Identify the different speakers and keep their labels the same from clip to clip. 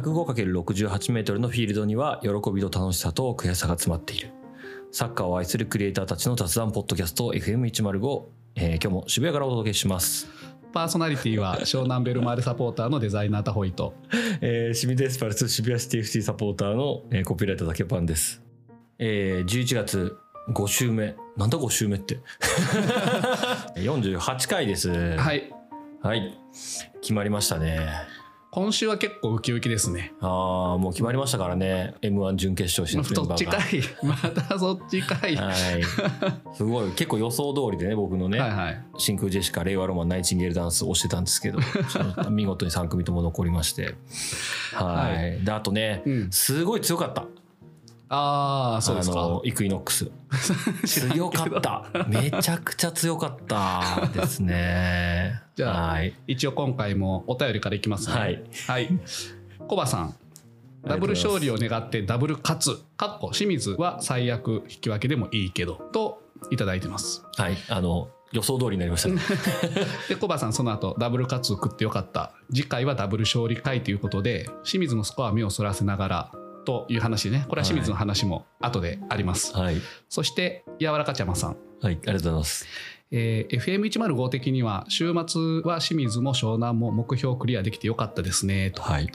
Speaker 1: 105×68m のフィールドには喜びと楽しさと悔しさが詰まっているサッカーを愛するクリエイターたちの雑談ポッドキャスト FM105、えー今日も渋谷からお届けします、
Speaker 2: パーソナリティは湘南ベルマーレサポーターのデザイナータホイと
Speaker 1: えー、清水エスパルス渋谷シティ FC サポーターの、えーコピーライター竹パンです、えー、11月5週目なんだ5週目って 48回です、
Speaker 2: はいい
Speaker 1: はい、決まりましたね
Speaker 2: 今週は結構ウキウキですね
Speaker 1: ああもう決まりましたからね m 1準決勝進出メン
Speaker 2: そ
Speaker 1: バー
Speaker 2: っち
Speaker 1: が
Speaker 2: かい またそっちかいは
Speaker 1: はい、すごい結構予想通りでね僕の
Speaker 2: い
Speaker 1: ね、
Speaker 2: はい
Speaker 1: 真空ジェシカ令和ロマンナイチンゲールダンスをしてたんですけど 見事に3組とも残りましてはいであとね
Speaker 2: うん
Speaker 1: すごい強かった
Speaker 2: ああそうです
Speaker 1: あ
Speaker 2: か
Speaker 1: のイクイノックス
Speaker 2: 知らんけ
Speaker 1: 強
Speaker 2: ど
Speaker 1: かっためちゃくちゃ強かったですね
Speaker 2: じゃあ
Speaker 1: はい、
Speaker 2: 一応今回もお便りからいきますね
Speaker 1: はい、
Speaker 2: はいコバさんダブル勝利を願ってダブル勝つかっこ清水は最悪引き分けでもいいけどといただいてます
Speaker 1: はいあの予想通りになりましたね
Speaker 2: でコバさんその後ダブルカツ食ってよかった次回はダブル勝利会ということで清水のスコアは目をそらせながらという話ねこれは清水の話も後であります、
Speaker 1: はい、
Speaker 2: そして柔らかちゃまさん、
Speaker 1: はい、ありがとうございます
Speaker 2: えー FM105 的には週末は清水も湘南も目標クリアできてよかったですねと
Speaker 1: はい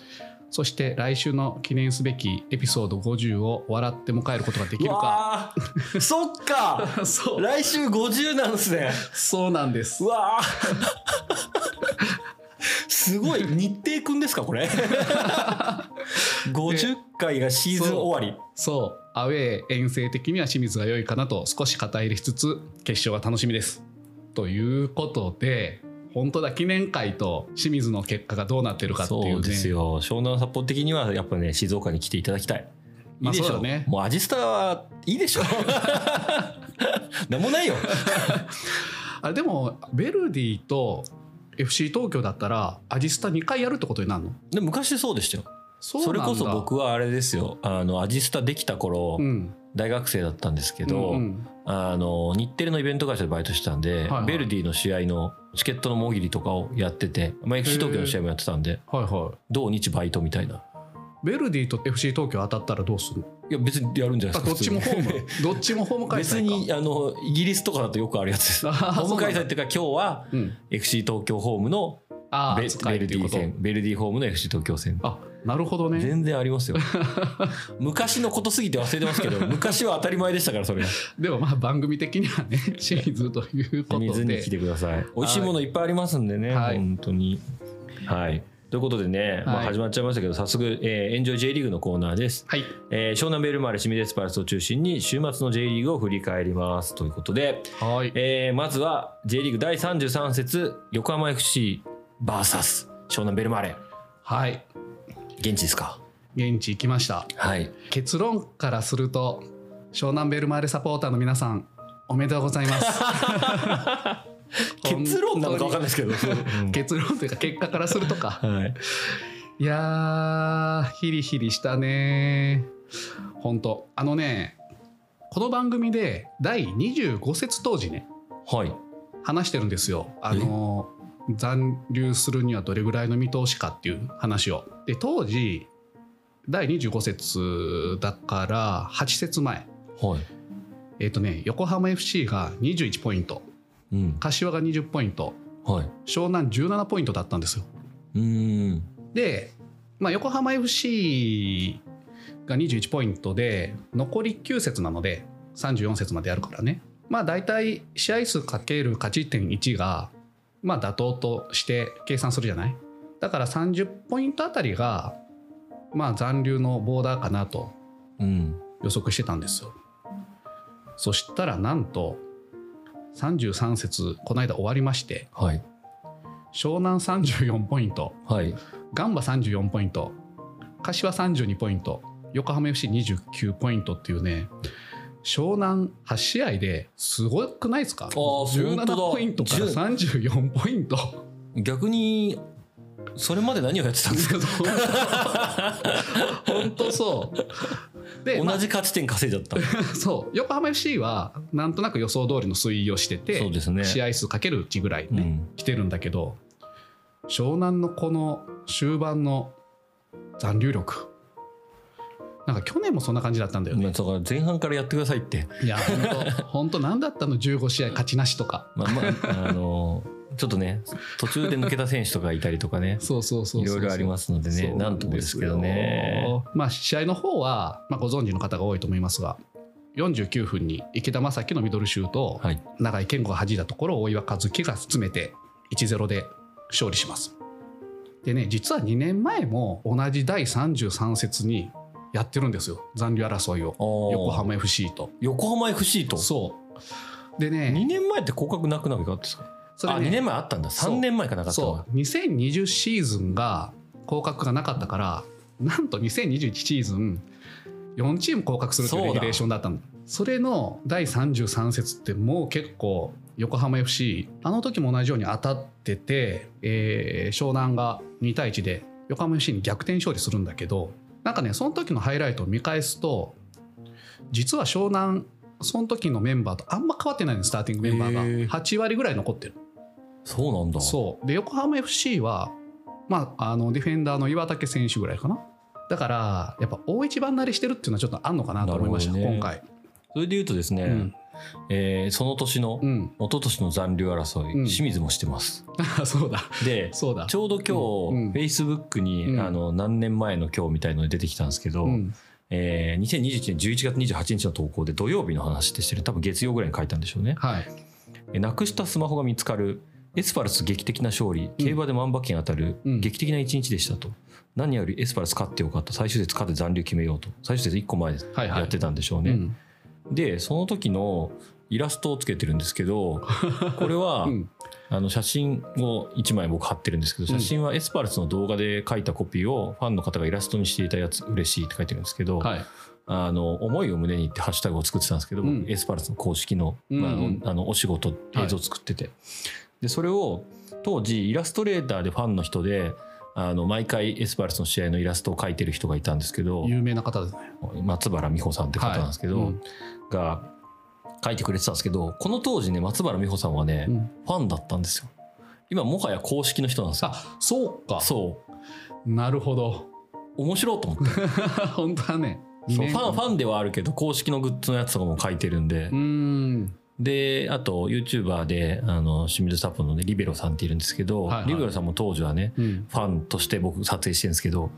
Speaker 2: そして来週の記念すべきエピソード50を笑って迎えることができるか
Speaker 1: そっか
Speaker 2: そう
Speaker 1: 来週50なんですね
Speaker 2: そうなんです
Speaker 1: うわーすごい 日程くんですかこ れ50回がシーズン終わ
Speaker 2: そうアウェー遠征的には清水が良いかなと少し肩入れしつつ決勝が楽しみですということで本当だ記念会と清水の結果がどうなってる
Speaker 1: り
Speaker 2: かっていうね
Speaker 1: そうですよ湘南札幌的にはやっぱね静岡に来ていただきたいい
Speaker 2: ま
Speaker 1: いで
Speaker 2: あ
Speaker 1: し
Speaker 2: そう
Speaker 1: ょ
Speaker 2: だね
Speaker 1: もうアジスタはいいで しょなんもないよ
Speaker 2: あでもベルディと FC 東京だったらアジスタ2回やるってことになるの
Speaker 1: でも昔そうでしたよ
Speaker 2: そ
Speaker 1: それこそ僕はあれですよあのアジスタできた頃、
Speaker 2: うん
Speaker 1: 大学生だったんですけ
Speaker 2: け
Speaker 1: ど、あの日テレのイベント会社でバイトしてたんで、
Speaker 2: はいはい
Speaker 1: ベルディの試合のチケットのもぎりとかをやってて、まあ、FC 東京の試合もやってたんで
Speaker 2: はいは
Speaker 1: 同日バイトみたいない
Speaker 2: ベルディと FC 東京当たったらどうするの
Speaker 1: いや別にやるんじゃな
Speaker 2: あ
Speaker 1: いで
Speaker 2: どっ
Speaker 1: す
Speaker 2: ち
Speaker 1: か
Speaker 2: も
Speaker 1: 普
Speaker 2: ホ
Speaker 1: 通に
Speaker 2: ー ムどっちもホーム開催 か
Speaker 1: 別にあのイギリスとかだとよくあるやつです
Speaker 2: あ
Speaker 1: ホ
Speaker 2: ー
Speaker 1: ーム開
Speaker 2: そ
Speaker 1: 催
Speaker 2: う
Speaker 1: っていうか今日は
Speaker 2: なんだうん
Speaker 1: FC 東京ホームの
Speaker 2: ああ
Speaker 1: ベ
Speaker 2: 扱い
Speaker 1: ベル
Speaker 2: って
Speaker 1: デ
Speaker 2: いう
Speaker 1: ィ
Speaker 2: こと
Speaker 1: 戦ベルディホームの FC 東京戦
Speaker 2: あなるほどね
Speaker 1: 全然あり ますよ昔のことすぎて忘れてますけど昔は当たり前でしたからそれが
Speaker 2: でもまあ番組的には ね清水ということで
Speaker 1: 水に来てください美味しいものいっぱいありますんでね、
Speaker 2: はい
Speaker 1: 本当にはいということでね、まあ、
Speaker 2: はい
Speaker 1: 始まっちゃいましたけど早速、えー、エンジョイ J リーグのコーナーです、
Speaker 2: はい
Speaker 1: えー湘南ベルマーレ清水エスパルスを中心に週末の J リーグを振り返りますということで、
Speaker 2: はい
Speaker 1: えーまずは J リーグ第33節横浜 FCVS 湘南ベルマーレ
Speaker 2: はい
Speaker 1: 現地ですか
Speaker 2: 現地行きました
Speaker 1: はい
Speaker 2: 結論からすると湘南ベルマーレサポーターの皆さんおめでとうございます
Speaker 1: 結論なのか分かんないですけど、うん
Speaker 2: 結論というか結果からするとか
Speaker 1: はい、
Speaker 2: いやーヒリヒリしたね本当あのねこの番組で第25節当時ね
Speaker 1: はい、
Speaker 2: 話してるんですよ。あの残留するにはどれぐらいの見通しかっていう話を。で当時第25節だから8節前
Speaker 1: はい
Speaker 2: えっ、とね横浜 FC が21ポイント
Speaker 1: うん
Speaker 2: 柏が20ポイント
Speaker 1: はい
Speaker 2: 湘南17ポイントだったんですよ。
Speaker 1: うーん
Speaker 2: で、まあ、横浜 FC が21ポイントで残り9節なので34節までやるからねまあ大体試合数かける勝ち点1がまあ妥当として計算するじゃないだから30ポイントあたりがまあ残留のボーダーかなと
Speaker 1: うん
Speaker 2: 予測してたんですよそしたらなんと33節この間終わりまして
Speaker 1: はい
Speaker 2: 湘南34ポイント
Speaker 1: はい
Speaker 2: ガンバ34ポイント、柏32ポイント、横浜 FC29 ポイントっていうね、湘南8試合ですごくないですか
Speaker 1: 本当だ
Speaker 2: 17ポイントから34ポイント。
Speaker 1: 逆にそれまで何をやってたんですか
Speaker 2: 本当そう。で、ま
Speaker 1: 同
Speaker 2: あ
Speaker 1: じ勝ち点稼いじゃった、
Speaker 2: そう、横浜 FC はなんとなく予想通りの推移をしてて、
Speaker 1: そうですね
Speaker 2: 試合数かけるうちぐらいね、
Speaker 1: うん
Speaker 2: 来てるんだけど湘南のこの終盤の残留力なんか去年もそんな感じだったんだよ
Speaker 1: まあ
Speaker 2: ね、
Speaker 1: だから前半からやってくださいって、
Speaker 2: いや本当本当何だったの15試合勝ちなしとか
Speaker 1: まあまあ、あの ちょっとね途中で抜けた選手とかいたりとかね
Speaker 2: そうそうそう
Speaker 1: い
Speaker 2: そう
Speaker 1: ろいろありますのでね
Speaker 2: そう
Speaker 1: なんともですけどね。
Speaker 2: まあ試合の方は、まあ、ご存知の方が多いと思いますが49分に池田正樹のミドルシュートを
Speaker 1: はい
Speaker 2: 永井健吾が弾いたところを大岩和樹が詰めて1-0で勝利します。でね実は2年前も同じ第33節にやってるんですよ残留争いを横
Speaker 1: 横
Speaker 2: 浜 FC と。
Speaker 1: 横浜 FC と
Speaker 2: そうでね
Speaker 1: 2年前って降格なくなるかったですか
Speaker 2: それ
Speaker 1: あ
Speaker 2: ね
Speaker 1: 2年前あったんだ
Speaker 2: そう
Speaker 1: 3年前かなかった
Speaker 2: そ
Speaker 1: わ
Speaker 2: う2020シーズンが降格がなかったからなんと2021シーズン4チーム降格するという
Speaker 1: そうだ
Speaker 2: レギュレーションだったのそれの第33節ってもう結構横浜 FC あの時も同じように当たってて、えー湘南が2対1で横浜 FC に逆転勝利するんだけどなんかねその時のハイライトを見返すと実は湘南その時のメンバーとあんま変わってないのスターティングメンバ
Speaker 1: へ
Speaker 2: ー
Speaker 1: ー
Speaker 2: が8割ぐらい残ってる
Speaker 1: そうなんだ
Speaker 2: そうで横浜 FC は、まあ、あのディフェンダーの岩竹選手ぐらいかなだからやっぱ大一番慣れしてるっていうのはちょっとあんのかなと思いました、
Speaker 1: なるほどね
Speaker 2: 今回、
Speaker 1: それでいうとですね、
Speaker 2: うん
Speaker 1: えーその年の
Speaker 2: うん、
Speaker 1: 一昨年の残留争い、
Speaker 2: うん
Speaker 1: 清水もしてます
Speaker 2: あそうだ
Speaker 1: で
Speaker 2: そうだ
Speaker 1: ちょうど今
Speaker 2: うんうん
Speaker 1: 日、フェイスブックに、
Speaker 2: うん
Speaker 1: あの何年前の今日みたいので出てきたんですけど、
Speaker 2: うん
Speaker 1: えー2021年11月28日の投稿で土曜日の話ってしてる多分月曜ぐらいに書いたんでしょうね。
Speaker 2: はい
Speaker 1: えなくしたスマホが見つかるエスパルス劇的な勝利競馬で万馬券当たる、
Speaker 2: うん
Speaker 1: 劇的な一日でしたと何よりエスパルス勝ってよかった最終節勝って残留決めようと最終節1個前で
Speaker 2: はいはい
Speaker 1: やってたんでしょうね。
Speaker 2: うん
Speaker 1: でその時のイラストをつけてるんですけ どこれは、
Speaker 2: うん
Speaker 1: あの写真を1枚僕貼ってるんですけど
Speaker 2: うん
Speaker 1: 写真はエスパルスの動画で書いたコピーをファンの方がイラストにしていたやつ嬉しいって書いてるんですけど、
Speaker 2: はい
Speaker 1: あの思いを胸にってハッシュタグを作ってたんですけど、僕
Speaker 2: うん
Speaker 1: エスパルスの公式の,、
Speaker 2: うん
Speaker 1: まああ
Speaker 2: うん
Speaker 1: の、あのお仕事映像作ってて、でそれを当時イラストレーターでファンの人であの毎回エスパルスの試合のイラストを描いてる人がいたんですけど
Speaker 2: 有名な方ですね
Speaker 1: 松原美穂さんって方なんですけど、
Speaker 2: はいうん
Speaker 1: が書いてくれてたんですけどこの当時ね松原美穂さんはね、
Speaker 2: うん
Speaker 1: ファンだったんですよ今もはや公式の人なんですよ
Speaker 2: あそうか
Speaker 1: そ
Speaker 2: なるほど
Speaker 1: う面白いと思って
Speaker 2: 本当はね
Speaker 1: そうファンフ
Speaker 2: ン
Speaker 1: ァンではあるけど公式のグッズのやつとかも書いてるんで、
Speaker 2: うん
Speaker 1: であと YouTuber であの清水サポのねリベロさんっているんですけど、
Speaker 2: はいはい
Speaker 1: リベロさんも当時はね
Speaker 2: うん
Speaker 1: ファンとして僕撮影してるんですけど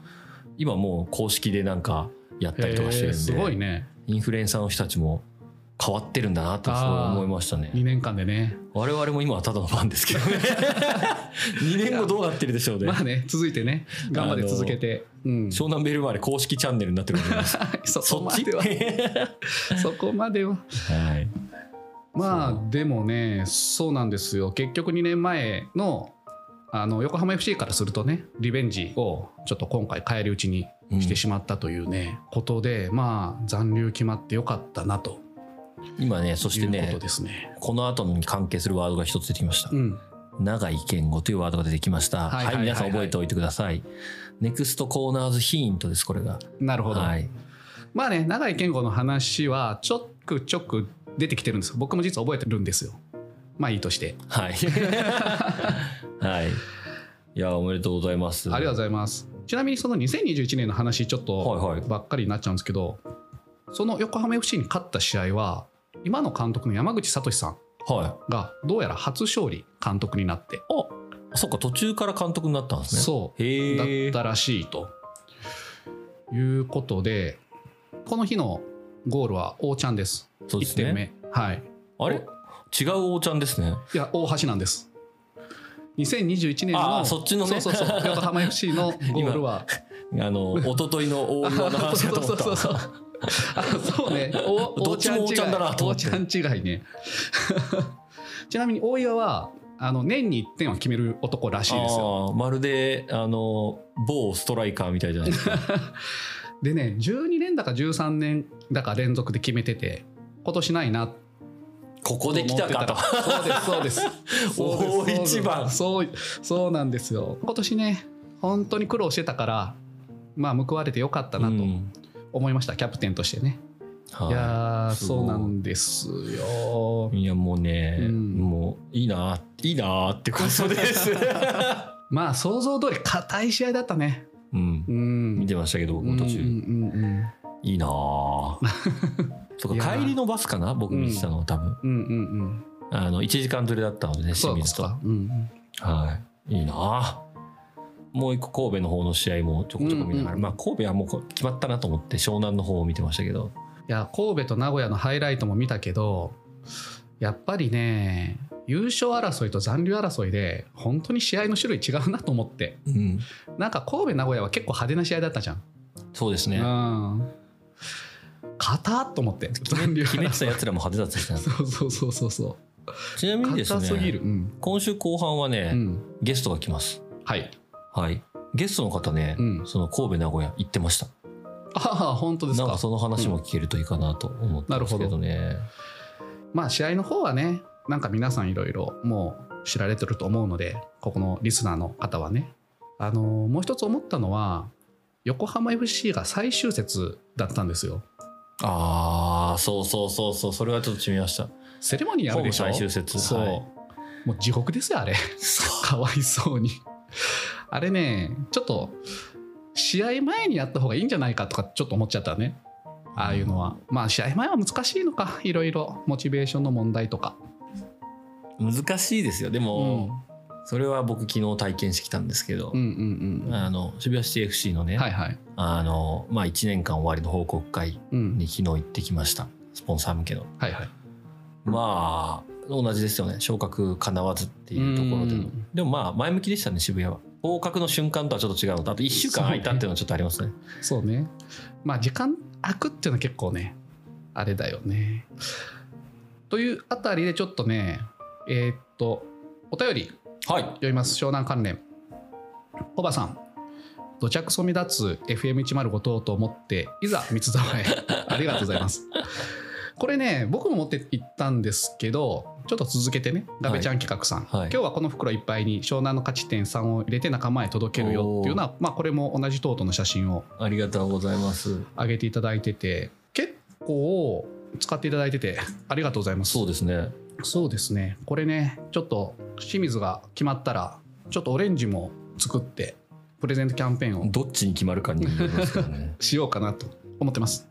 Speaker 1: 今もう公式でなんかやったりとかして
Speaker 2: へ
Speaker 1: る
Speaker 2: ー
Speaker 1: んです
Speaker 2: ごいね
Speaker 1: インフルエンサーの人たちも変わってるんだなとそう思いましたね
Speaker 2: 2年間でね
Speaker 1: 我々も今はただのファンですけど ね2年後どうなってるでしょうね
Speaker 2: まあね続いてね頑張って続けて、うん、
Speaker 1: 湘南ベルマーレ公式チャンネルになってると思います
Speaker 2: そ
Speaker 1: そ
Speaker 2: こ
Speaker 1: っ
Speaker 2: ま
Speaker 1: ち
Speaker 2: ではそこまでは
Speaker 1: はい
Speaker 2: ま
Speaker 1: そ
Speaker 2: あでもねそうなんですよ結局2年前のあの横浜 FC からするとねリベンジをちょっと今回返り討ちに
Speaker 1: うん
Speaker 2: してしまったというね、ことでまあ残留決まってよかったなと
Speaker 1: 今ねそし
Speaker 2: い
Speaker 1: て
Speaker 2: うこ
Speaker 1: ね
Speaker 2: とですね。
Speaker 1: この後に関係するワードが一つ出てきました
Speaker 2: うん、
Speaker 1: 長井健吾というワードが出てきました。
Speaker 2: は
Speaker 1: はい、
Speaker 2: いはいはいはい
Speaker 1: 皆さん覚えておいてください。ネクストコーナーズヒントです、これが。
Speaker 2: なるほど、
Speaker 1: はい。
Speaker 2: まあね永井健吾の話はちょくちょく出てきてるんです僕も実は覚えてるんですよまあいいとして
Speaker 1: はい。はい。いや、おめでとうございます。
Speaker 2: ありがとうございますちなみにその2021年の話ちょっと、
Speaker 1: はいはい。
Speaker 2: ばっかりになっちゃうんですけどその横浜 FC に勝った試合は今の監督の山口聡さん
Speaker 1: は
Speaker 2: がどうやら初勝利監督になって
Speaker 1: い。あ、そっか、途中から監督になったんですね。
Speaker 2: そうだっ
Speaker 1: へえ。
Speaker 2: たらしいということでこの日のゴールは王ちゃんです
Speaker 1: そうで
Speaker 2: 1
Speaker 1: す
Speaker 2: 点
Speaker 1: ね。
Speaker 2: 目はい
Speaker 1: あれ違う王ちゃんですね。
Speaker 2: いや大橋なんです2021年
Speaker 1: あ
Speaker 2: の
Speaker 1: あそっちのね
Speaker 2: そうそうそう 横浜 FC のゴールは
Speaker 1: あ の、一昨日の王馬の話だと思った。
Speaker 2: そうそうそうそうあそうね。お
Speaker 1: どっちもおーちゃんだなと
Speaker 2: お
Speaker 1: 思っ
Speaker 2: ー
Speaker 1: て
Speaker 2: ちゃん違いおーちゃん違いね。 ちなみに大岩はあの年に1点は決める男らしいですよ。
Speaker 1: ああまるで、あの、某ストライカーみたいじゃないですか。
Speaker 2: でね、12年だか13年だか連続で決めてて、今年ないなと
Speaker 1: ここ
Speaker 2: 思っ
Speaker 1: で
Speaker 2: て
Speaker 1: 来
Speaker 2: た
Speaker 1: たかと。
Speaker 2: ら。そうです そうです。そうです
Speaker 1: 大一番
Speaker 2: そうそうなんですよ。今年ね、本当に苦労してたから、まあ報われてよかったな
Speaker 1: う
Speaker 2: と
Speaker 1: ん
Speaker 2: 思いました、キャプテンとしてね。
Speaker 1: はい
Speaker 2: いやー
Speaker 1: すご
Speaker 2: そ
Speaker 1: いう
Speaker 2: なんですよ。
Speaker 1: いやもうね、
Speaker 2: うん
Speaker 1: もういい ないいなってことです。
Speaker 2: まあ想像通り硬い試合だったね。
Speaker 1: うん
Speaker 2: うん
Speaker 1: 見てましたけど僕
Speaker 2: う
Speaker 1: も
Speaker 2: んうん
Speaker 1: 途中、
Speaker 2: うん
Speaker 1: い いなあそう
Speaker 2: いや
Speaker 1: か
Speaker 2: ー
Speaker 1: 帰りのバスかな僕見てたのは多分、
Speaker 2: うんうんうんうん
Speaker 1: あの1時間ずれだったのでね清
Speaker 2: そうで
Speaker 1: 水
Speaker 2: す
Speaker 1: と
Speaker 2: かうん
Speaker 1: はいいいなあもう一個神戸の方の試合もちょこちょこ見ながら、
Speaker 2: うんうん
Speaker 1: まあ神戸はもうこ決まったなと思って湘南の方を見てましたけど
Speaker 2: いや神戸と名古屋のハイライトも見たけどやっぱりね優勝争いと残留争いで本当に試合の種類違うなと思って
Speaker 1: うん
Speaker 2: なんか神戸名古屋は結構派手な試合だったじゃん、
Speaker 1: そうですね
Speaker 2: うん勝たっと思って
Speaker 1: 決
Speaker 2: 残
Speaker 1: め
Speaker 2: 留
Speaker 1: 決めてた
Speaker 2: 争い
Speaker 1: やつらも派手だったしな
Speaker 2: そう そうそうそうそう
Speaker 1: ちなみにです
Speaker 2: 硬すぎ
Speaker 1: ね
Speaker 2: る、うん
Speaker 1: 今週後半はね、
Speaker 2: うん
Speaker 1: ゲストが来ます
Speaker 2: はい、
Speaker 1: はいゲストの方ね、
Speaker 2: うん、
Speaker 1: その神戸名古屋行ってました
Speaker 2: ああ本当です
Speaker 1: な
Speaker 2: か
Speaker 1: んかその話も聞けるといいかなと思ってますけどね、
Speaker 2: まあ試合の方はねなんか皆さんいろいろもう知られてると思うのでここのリスナーの方はねあのもう一つ思ったのは横浜 FC が最終節だったんですよ
Speaker 1: ああそうそうそうそうそれはちょっと違いました
Speaker 2: セレモニーやるでしょ
Speaker 1: ホーム最終節
Speaker 2: そう、
Speaker 1: はい
Speaker 2: もう地獄ですよあれかわいそうにあれねちょっと試合前にやった方がいいんじゃないかとかちょっと思っちゃったねああいうのはまあ試合前は難しいのかいろいろモチベーションの問題とか、
Speaker 1: 難しいですよで
Speaker 2: うん、うん
Speaker 1: も、それは僕昨日体験してきたんですけど
Speaker 2: う、んうん
Speaker 1: あの渋谷 CFC のね、
Speaker 2: はいはい
Speaker 1: あのまあ、1年間終わりの報告会
Speaker 2: うん
Speaker 1: に昨日行ってきましたスポンサー向けの
Speaker 2: はいはい
Speaker 1: まあ同じですよね昇格かなわずっていうところで
Speaker 2: う
Speaker 1: の
Speaker 2: ん
Speaker 1: でもまあ前向きでしたね渋谷は合格の瞬間とはちょっと違うのとあと1週間空いたっていうのはちょっとありますね
Speaker 2: そうねまあ時間空くっていうのは結構ねあれだよねというあたりでちょっとねえーっとお便り
Speaker 1: はい
Speaker 2: 読みます湘南関連コバさん土着そみ立つ FM105 等と思っていざ三沢 へありがとうございますこれね僕も持って行ったんですけどちょっと続けてねガベちゃん企画さん、
Speaker 1: はいはい
Speaker 2: 今日はこの袋いっぱいに湘南の価値点3を入れて仲間へ届けるよっていうのは、まあ、これも同じトートの写真を
Speaker 1: ありがとうございます
Speaker 2: 上げていただいてて結構使っていただいててありがとうございます
Speaker 1: そうですね
Speaker 2: そうですねこれねちょっと清水が決まったらちょっとオレンジも作ってプレゼントキャンペーンを
Speaker 1: どっちに決まるかによりますけど ね
Speaker 2: しようかなと思ってます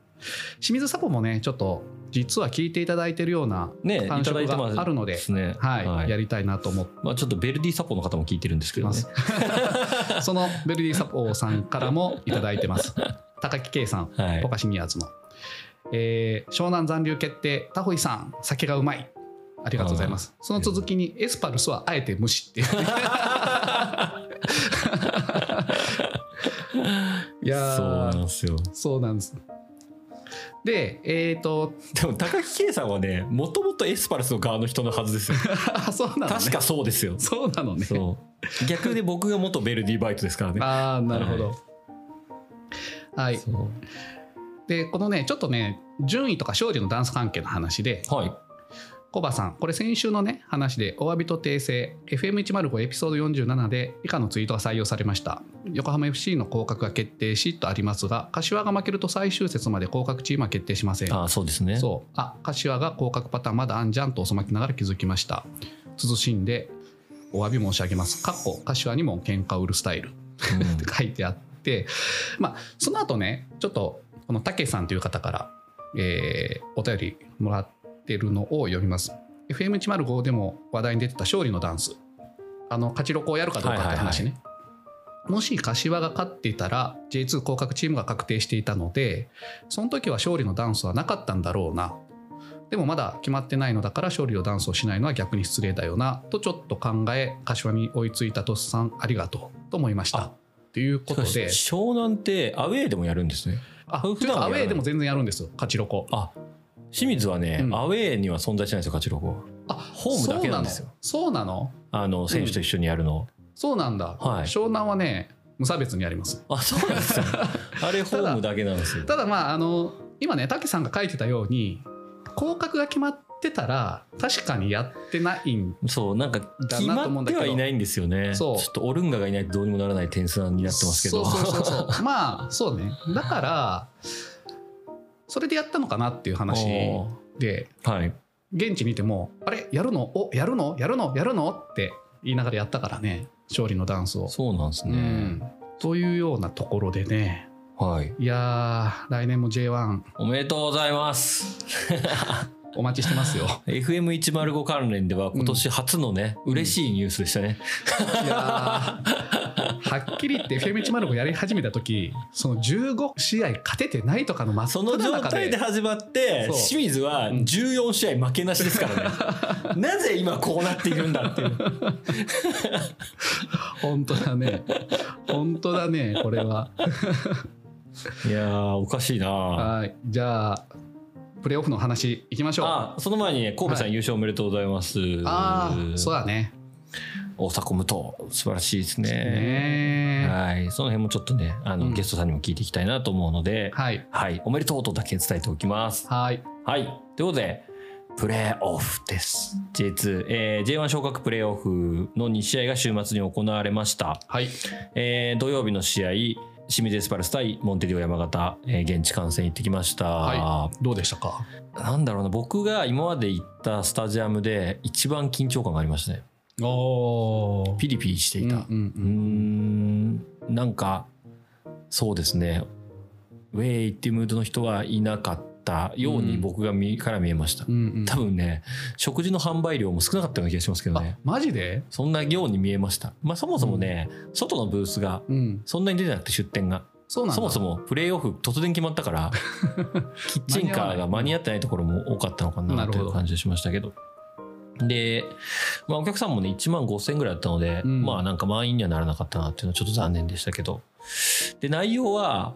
Speaker 2: 清水サポもねちょっと実は聞いていただいてるような
Speaker 1: ねい
Speaker 2: 感
Speaker 1: ただ
Speaker 2: 触
Speaker 1: いてます
Speaker 2: があるので
Speaker 1: ですね
Speaker 2: はい、やりたいなと思って
Speaker 1: まあ、ちょっとベルディサポの方も聞いてるんですけど
Speaker 2: ま
Speaker 1: ね
Speaker 2: す、 そのベルディサポさんからもいただいてます高木圭さん
Speaker 1: はい
Speaker 2: ポカシニアーズの、えー湘南残留決定タホイさん酒がうまいありがとうございますその続きにエスパルスはあえて無 視っていういやー
Speaker 1: そうなんですよ
Speaker 2: そうなんですでえっ、ー、と
Speaker 1: でも高木圭さんはねもともとエスパルスの側の人のはずです よ
Speaker 2: あそうなのね
Speaker 1: 確かそうですよ
Speaker 2: そうなのね
Speaker 1: そう逆で僕が元ベルディバイトですからね
Speaker 2: ああなるほどはい
Speaker 1: そ
Speaker 2: でこのねちょっとね順位とか勝利のダンス関係の話で
Speaker 1: うはい
Speaker 2: コバさん、これ先週のね、話で、お詫びと訂正、FM105 エピソード47で以下のツイートが採用されました。横浜 FC の降格が決定しとありますが、柏が負けると最終節まで降格チームは決定しません。
Speaker 1: ああそうですね
Speaker 2: そう、あ、柏が降格パターンまだあんじゃんと遅まきながら気づきました。慎んで、お詫び申し上げます。かっこ、柏にも喧嘩を売るスタイル。
Speaker 1: うん
Speaker 2: って書いてあって、まあ、その後ねちょっとこのたけさんという方から、えーお便りもらってるのを読みます FM105 でも話題に出てた勝利のダンスあの勝ちロコをやるかどうかって話ね、もし柏が勝っていたら J2 降格チームが確定していたのでその時は勝利のダンスはなかったんだろうなでもまだ決まってないのだから勝利のダンスをしないのは逆に失礼だよなとちょっと考え柏に追いついたとっさんありがとうと思いました
Speaker 1: あ
Speaker 2: ということ
Speaker 1: しか
Speaker 2: で
Speaker 1: し湘南ってアウェーでもやるんですね
Speaker 2: あ
Speaker 1: 普段は
Speaker 2: というかア
Speaker 1: やら
Speaker 2: ウ
Speaker 1: な
Speaker 2: ェ
Speaker 1: い
Speaker 2: ーでも全然やるんですよ勝ちロコ
Speaker 1: あ清水はね、
Speaker 2: うん
Speaker 1: アウェーには存在しないんですよ勝ちロコ
Speaker 2: あ
Speaker 1: ホームだけなんですよ
Speaker 2: そうなの
Speaker 1: あの選手と一緒にやるの、
Speaker 2: そうなんだ、
Speaker 1: はい
Speaker 2: 湘南はね無差別にやります
Speaker 1: あそうなん ですよあれホームだけなんですよ
Speaker 2: ただまああの今ね武さんが書いてたように降格が決まってたら確かにやってないん
Speaker 1: そうなんか
Speaker 2: だ
Speaker 1: 決
Speaker 2: なと
Speaker 1: ま
Speaker 2: 思
Speaker 1: っ
Speaker 2: うんだ
Speaker 1: て
Speaker 2: けど
Speaker 1: はいないんですよね
Speaker 2: そう
Speaker 1: ちょっとオルンガがいないとどうにもならない点数になってますけど
Speaker 2: そうそうそ うそうまあそうねだからそれでやったのかなっていう話
Speaker 1: お
Speaker 2: で
Speaker 1: ーはい
Speaker 2: 現地にいても「あれやるのおやるのやるのやるの?」って言いながらやったからね勝利のダンスを
Speaker 1: そうなんですね、
Speaker 2: うんというようなところでね
Speaker 1: はい。
Speaker 2: いやー来年も J1
Speaker 1: おめでとうございます。
Speaker 2: お待ちしてま すよ
Speaker 1: FM105 関連では今年初のね、嬉しいニュースでしたね。
Speaker 2: いやーはっきり言って FM105 やり始めた時その15試合勝ててないとかの真っ
Speaker 1: そ
Speaker 2: 只
Speaker 1: の状
Speaker 2: 中
Speaker 1: 態
Speaker 2: で
Speaker 1: で始まって、
Speaker 2: そう
Speaker 1: 清水は
Speaker 2: うん
Speaker 1: 14試合負けなしですから ね。なぜ今こうなっているんだっていう。
Speaker 2: 本当だね本当だねこれはい
Speaker 1: やー、おかしいな
Speaker 2: はいじゃあプレーオフの話いきましょうあ
Speaker 1: あ、その前にね、神戸さん
Speaker 2: は
Speaker 1: 優勝おめでとうございます。
Speaker 2: あーそうだね
Speaker 1: 大阪無党、素晴らしいですね。
Speaker 2: ね
Speaker 1: はい。その辺もちょっとね、あの、
Speaker 2: うん
Speaker 1: ゲストさんにも聞いていきたいなと思うので、
Speaker 2: はい
Speaker 1: はい。おめでとうとだけ伝えておきます。
Speaker 2: はい
Speaker 1: はい。ということで、プレーオフです。J2、えー J1 昇格プレーオフの2試合が週末に行われました。
Speaker 2: はい
Speaker 1: えー土曜日の試合、清水エスパルス対モンテディオ山形、えー現地観戦行ってきました。
Speaker 2: はどうでしたか
Speaker 1: なんだろうな、僕が今まで行ったスタジアムで一番緊張感がありましたね。
Speaker 2: おー
Speaker 1: ピリピリしていた。
Speaker 2: うんうん
Speaker 1: う
Speaker 2: う
Speaker 1: ー
Speaker 2: ん
Speaker 1: んなんかそうですねウェイっていうムードの人はいなかったように
Speaker 2: うん
Speaker 1: 僕が見から見えました、
Speaker 2: うんうん
Speaker 1: 多分ね食事の販売量も少なかったような気がしますけど
Speaker 2: あ
Speaker 1: ね
Speaker 2: マジで
Speaker 1: そんなように見えましたまあそもそもね、外のブースが
Speaker 2: うん
Speaker 1: そんなに出てなくて出店が
Speaker 2: そうなんだ
Speaker 1: そもそもプレーオフ突然決まったから キッチンカーが間に合ってないところも多かったのか
Speaker 2: な
Speaker 1: な
Speaker 2: る
Speaker 1: と
Speaker 2: ほ
Speaker 1: い
Speaker 2: ど
Speaker 1: う感じがしましたけど。で、まあ、お客さんもね1万5,000ぐらいだったので、
Speaker 2: うん
Speaker 1: まあなんか満員にはならなかったなっていうのはちょっと残念でしたけどで内容は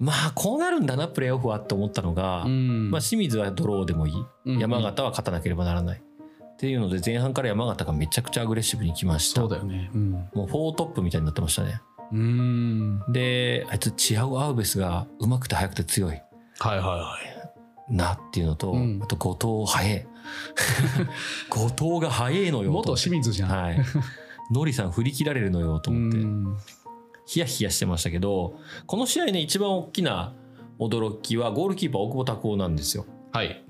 Speaker 1: まあこうなるんだなプレーオフはと思ったのが、
Speaker 2: うん
Speaker 1: まあ、清水はドローでもいい
Speaker 2: うんうん
Speaker 1: 山形は勝たなければならない、っていうので前半から山形がめちゃくちゃアグレッシブに来ました
Speaker 2: そうだよねうん
Speaker 1: もう4トップみたいになってましたね。
Speaker 2: うーん
Speaker 1: であいつチアゴ・アウベスがうまくて速くて強い
Speaker 2: はいはいはい
Speaker 1: なっていうのと、
Speaker 2: うん
Speaker 1: あと後藤 速え後藤が速えのよ
Speaker 2: 元清水じゃん
Speaker 1: はいノリさん振り切られるのよと思って、
Speaker 2: うん
Speaker 1: ヒヤヒヤしてましたけどこの試合ね一番大きな驚きはゴールキーパー大久保拓夫なんですよ
Speaker 2: はい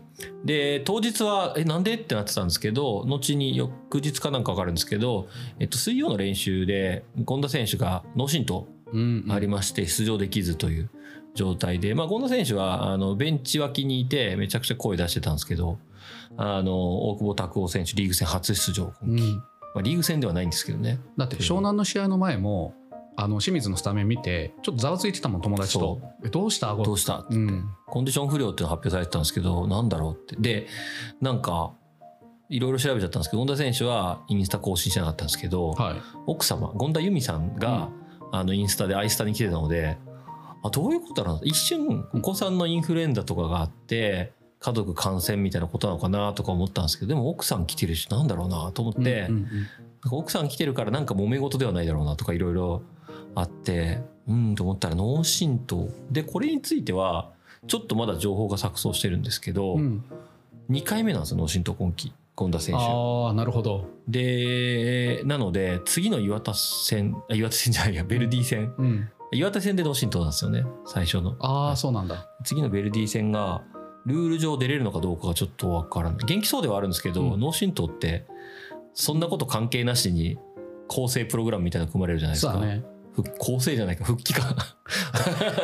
Speaker 1: で当日は「えなんで?」ってなってたんですけど後に翌日かなんか分かるんですけど、えっと、水曜の練習で権田選手が脳震盪
Speaker 2: うんうん
Speaker 1: ありまして出場できずという状態で、まあ、権田選手はあのベンチ脇にいてめちゃくちゃ声出してたんですけどあの大久保拓夫選手リーグ戦初出場、
Speaker 2: う
Speaker 1: ま
Speaker 2: ん
Speaker 1: あ、リーグ戦ではないんですけどね
Speaker 2: だって湘南の試合の前もあの清水のスタメン見てちょっとざわついてたもん友達と
Speaker 1: そ
Speaker 2: 「えどうした顎
Speaker 1: どうしたって
Speaker 2: う
Speaker 1: 言って、
Speaker 2: ん
Speaker 1: コンディション不良っていうの発表されてたんですけどなんだろうってでなんかいろいろ調べちゃったんですけど権田選手はインスタ更新してなかったんですけど、
Speaker 2: はい
Speaker 1: 奥様権田由美さんが、あのインスタでアイスタに来てたのであどういうことなの一瞬お子さんのインフルエンザとかがあって家族感染みたいなことなのかなとか思ったんですけどでも奥さん来てるしなんだろうなと思って、
Speaker 2: うんうん
Speaker 1: なんか奥さん来てるからなんか揉め事ではないだろうなとかいろいろあってうんと思ったら脳震盪でこれについてはちょっとまだ情報が錯綜してるんですけど、
Speaker 2: うんうん
Speaker 1: 2回目なんですよ脳震盪今季権田選手。
Speaker 2: ああなるほど
Speaker 1: でなので次の岩田戦あ岩田戦じゃないやベルディ戦
Speaker 2: うん
Speaker 1: 岩田戦で脳震盪なんですよね最初の
Speaker 2: ああそうなんだ
Speaker 1: 次のベルディ戦がルール上出れるのかどうかがちょっとわからない元気そうではあるんですけど、
Speaker 2: うん
Speaker 1: 脳震盪ってそんなこと関係なしに構成プログラムみたいなの組まれるじゃないです
Speaker 2: そう
Speaker 1: か、
Speaker 2: だね
Speaker 1: 復構成じゃないか復帰か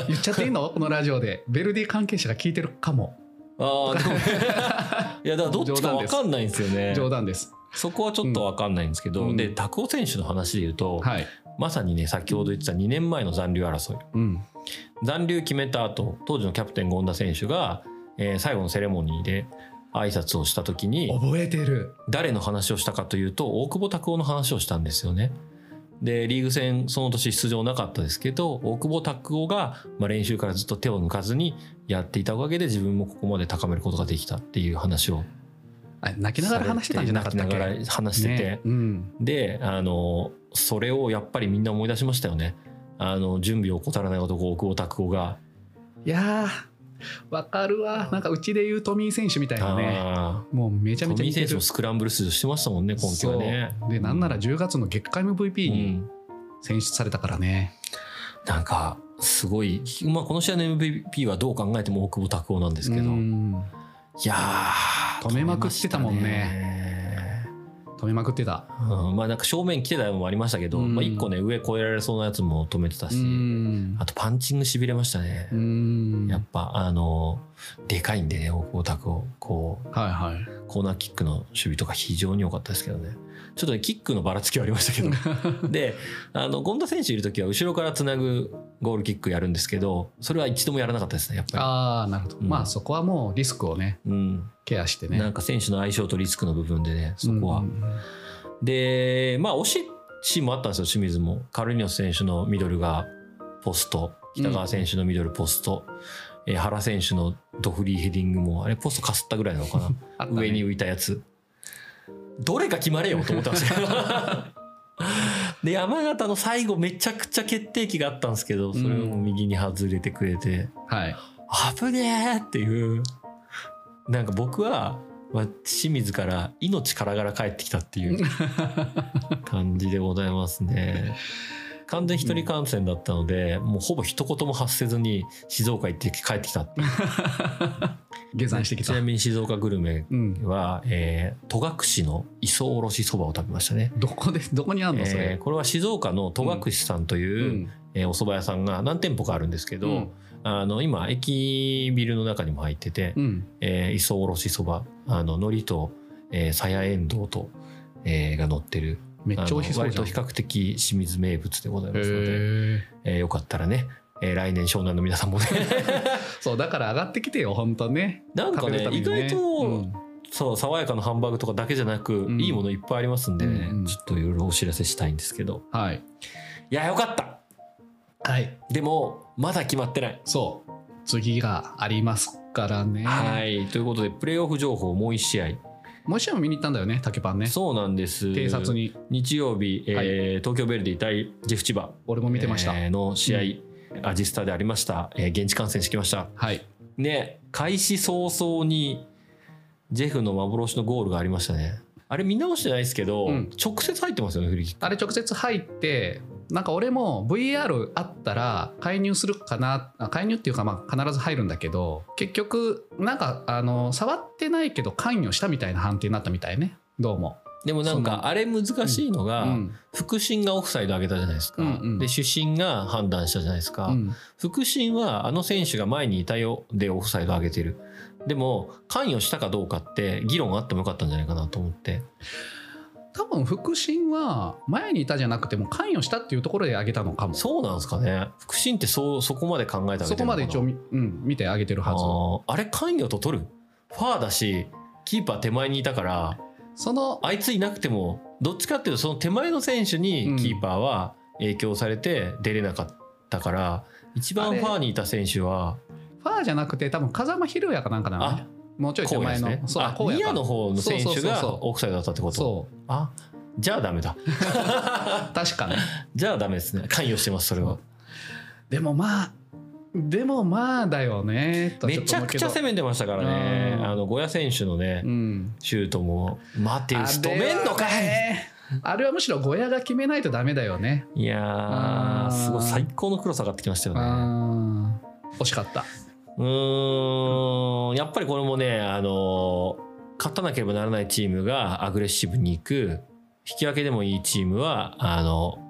Speaker 2: 言っちゃっていいのこのラジオでベルディ関係者が聞いてるかも
Speaker 1: ああでも いやだからどっちかわかんないんですよね
Speaker 2: 冗談です
Speaker 1: そこはちょっとわかんないんですけど、
Speaker 2: うん
Speaker 1: で拓夫選手の話で言うと、
Speaker 2: はい
Speaker 1: まさにね先ほど言ってた2年前の残留争い
Speaker 2: うん
Speaker 1: 残留決めた後当時のキャプテン権田選手が、えー最後のセレモニーで挨拶をした時に
Speaker 2: 覚えてる
Speaker 1: 誰の話をしたかというと大久保拓夫の話をしたんですよね。でリーグ戦その年出場なかったですけど大久保拓夫が、まあ、練習からずっと手を抜かずにやっていたおかげで自分もここまで高めることができたっていう話を
Speaker 2: あ泣きながら話してたんじゃなかったっ
Speaker 1: 泣
Speaker 2: け
Speaker 1: きながら話してて、
Speaker 2: ねうん
Speaker 1: であのそれをやっぱりみんな思い出しましたよね。あの準備を怠らない男大久保拓夫が
Speaker 2: いやーわかるわなんかうちで言うトミー選手みたいなね
Speaker 1: あー
Speaker 2: もうめちゃめちゃ
Speaker 1: トミ
Speaker 2: 似
Speaker 1: ー
Speaker 2: て
Speaker 1: 選手
Speaker 2: る
Speaker 1: もスクランブル出場してましたもんね、今季はね。
Speaker 2: そうでなんなら10月の月間
Speaker 1: う
Speaker 2: MVP に
Speaker 1: ん
Speaker 2: 選出されたからね、
Speaker 1: なんか、すごい、まあ、この試合の MVP はどう考えても大久保拓夫なんですけど、
Speaker 2: う
Speaker 1: い
Speaker 2: ん
Speaker 1: やー、
Speaker 2: 止めまくってたもん
Speaker 1: 止
Speaker 2: ね
Speaker 1: めましたね
Speaker 2: 止止めまくってた
Speaker 1: うんまあなんか正面来てたのもありましたけど、
Speaker 2: うん
Speaker 1: まあ一個ね上越えられそうなやつも止めてたし、
Speaker 2: ん
Speaker 1: あとパンチングしびれましたね、
Speaker 2: うん
Speaker 1: やっぱあのでかいんでね大久保拓をこう
Speaker 2: はいはい
Speaker 1: コーナーキックの守備とか非常に良かったですけどねちょっとねキックのばらつきはありましたけど であの権田選手いる時は後ろからつなぐゴールキックやるんですけどそれは一度もやらなかったですねやっぱ
Speaker 2: ああなるほど、
Speaker 1: うん
Speaker 2: まあそこはもうリスクをね
Speaker 1: り、うん
Speaker 2: ケアしてね
Speaker 1: なんか選手の相性とリスクの部分でねそこは、
Speaker 2: うん
Speaker 1: でまあ惜しいシーンもあったんですよ清水もカルニョス選手のミドルがポスト北川選手のミドルポスト、えー原選手のドフリーヘディングもあれポストかすったぐらいなのかな、
Speaker 2: あったね
Speaker 1: 上に浮いたやつどれか決まれよと思ってましたけど で山形の最後めちゃくちゃ決定機があったんですけどそれを右に外れてくれて、
Speaker 2: はい
Speaker 1: 危ねえっていうなんか僕は、まあ、清水から命からがら帰ってきたっていう 感じでございますね完全一人感染だったので、もうほぼ一言も発せずに静岡行って帰ってきたっていう
Speaker 2: 下山して き
Speaker 1: ち
Speaker 2: た
Speaker 1: なみに静岡グルメ
Speaker 2: うん
Speaker 1: は、えー戸隠の磯おろしそばを食べましたね、
Speaker 2: どこで どこにあんのそ
Speaker 1: えー
Speaker 2: れ、
Speaker 1: これは静岡の戸隠さんというう、えーお蕎麦屋さんが何店舗かあるんですけど、
Speaker 2: うん
Speaker 1: あの今駅ビルの中にも入ってて、
Speaker 2: うん
Speaker 1: えー磯おろしそばあの海苔とえーさやえんどうと、えーが乗ってる
Speaker 2: めっちゃ美味しそ
Speaker 1: あ
Speaker 2: う
Speaker 1: の
Speaker 2: じゃん
Speaker 1: 割と比較的清水名物でございますので、
Speaker 2: へー
Speaker 1: えーよかったらね、えー来年湘南の皆さん もね
Speaker 2: そうだから上がってきてよ本当ね
Speaker 1: なんか
Speaker 2: 食べる
Speaker 1: ね
Speaker 2: ため
Speaker 1: 意
Speaker 2: にね
Speaker 1: 外と、そう爽やかなハンバーグとかだけじゃなく、
Speaker 2: ん
Speaker 1: いいものいっぱいありますんで、ね
Speaker 2: うんうん
Speaker 1: ちょっといろいろお知らせしたいんですけど
Speaker 2: うんはい
Speaker 1: いやよかった
Speaker 2: はい
Speaker 1: でもまだ決まってない
Speaker 2: そう次がありますからね
Speaker 1: はいということでプレーオフ情報もう1試合、
Speaker 2: もう一試合も見に行ったんだよね竹パンね
Speaker 1: そうなんです
Speaker 2: 偵察に
Speaker 1: 日曜日、えー
Speaker 2: はい
Speaker 1: 東京ベルディ対ジェフ千葉
Speaker 2: 俺も見てました、
Speaker 1: えーの試合、アジスタでありました、えー現地観戦してきました
Speaker 2: はい
Speaker 1: ね開始早々にジェフの幻のゴールがありましたねあれ見直してないですけど、
Speaker 2: うん
Speaker 1: 直接入ってますよねフリーキック
Speaker 2: あれ直接入ってなんか俺も VR あったら介入するかなあ介入っていうかまあ必ず入るんだけど結局なんかあの触ってないけど関与したみたいな判定になったみたいねどうも、
Speaker 1: でもなん
Speaker 2: そ
Speaker 1: か
Speaker 2: の
Speaker 1: あれ難しいの
Speaker 2: う
Speaker 1: が、
Speaker 2: ん
Speaker 1: 副審がオフサイド上げたじゃないですか、
Speaker 2: うんうん
Speaker 1: で主審が判断したじゃないですか、
Speaker 2: うん
Speaker 1: 副審はあの選手が前にいたよでオフサイド上げてるでも関与したかどうかって議論あってもよかったんじゃないかなと思って
Speaker 2: 多分副審は前にいたじゃなくても関与したっていうところであげたのかもそ
Speaker 1: そうなんですかね副審ってそうそこまで考えた
Speaker 2: こまで一応み、うん、見てあげてるはず
Speaker 1: あーあれ関与と取るファーだしキーパー手前にいたから
Speaker 2: その
Speaker 1: あいついなくてもどっちかっていうとその手前の選手
Speaker 2: う
Speaker 1: に
Speaker 2: ん
Speaker 1: キーパーは影響されて出れなかったから、一
Speaker 2: あ
Speaker 1: 番
Speaker 2: れ
Speaker 1: ファーにいた選手は
Speaker 2: ファーじゃなくて多分風間博也かなんかなのねもうちょい手
Speaker 1: こうで
Speaker 2: 前
Speaker 1: す
Speaker 2: の、
Speaker 1: ね
Speaker 2: そう
Speaker 1: あ
Speaker 2: こうや
Speaker 1: ニ
Speaker 2: か
Speaker 1: アの方の選手
Speaker 2: そうそうそう
Speaker 1: が
Speaker 2: そう
Speaker 1: オフサイドだったってこと
Speaker 2: そ
Speaker 1: あじゃあダメだ
Speaker 2: う確かね
Speaker 1: じゃあダメですね関与してますそれは
Speaker 2: でもまあでもまあだよねと
Speaker 1: めちゃくちゃ攻めてましたからね
Speaker 2: うん
Speaker 1: あのゴヤ選手のね
Speaker 2: めうん
Speaker 1: シュートも待てよ
Speaker 2: あ
Speaker 1: 止
Speaker 2: れは
Speaker 1: めんのかい
Speaker 2: ねあれはむしろ小屋が決めないとダメだよね
Speaker 1: いや
Speaker 2: あ
Speaker 1: ー
Speaker 2: ー
Speaker 1: すごい最高の黒さがってきましたよ
Speaker 2: う
Speaker 1: ね
Speaker 2: ん惜しかった
Speaker 1: うーんやっぱりこれもねあのー勝たなければならないチームがアグレッシブに行く引き分けでもいいチームはあの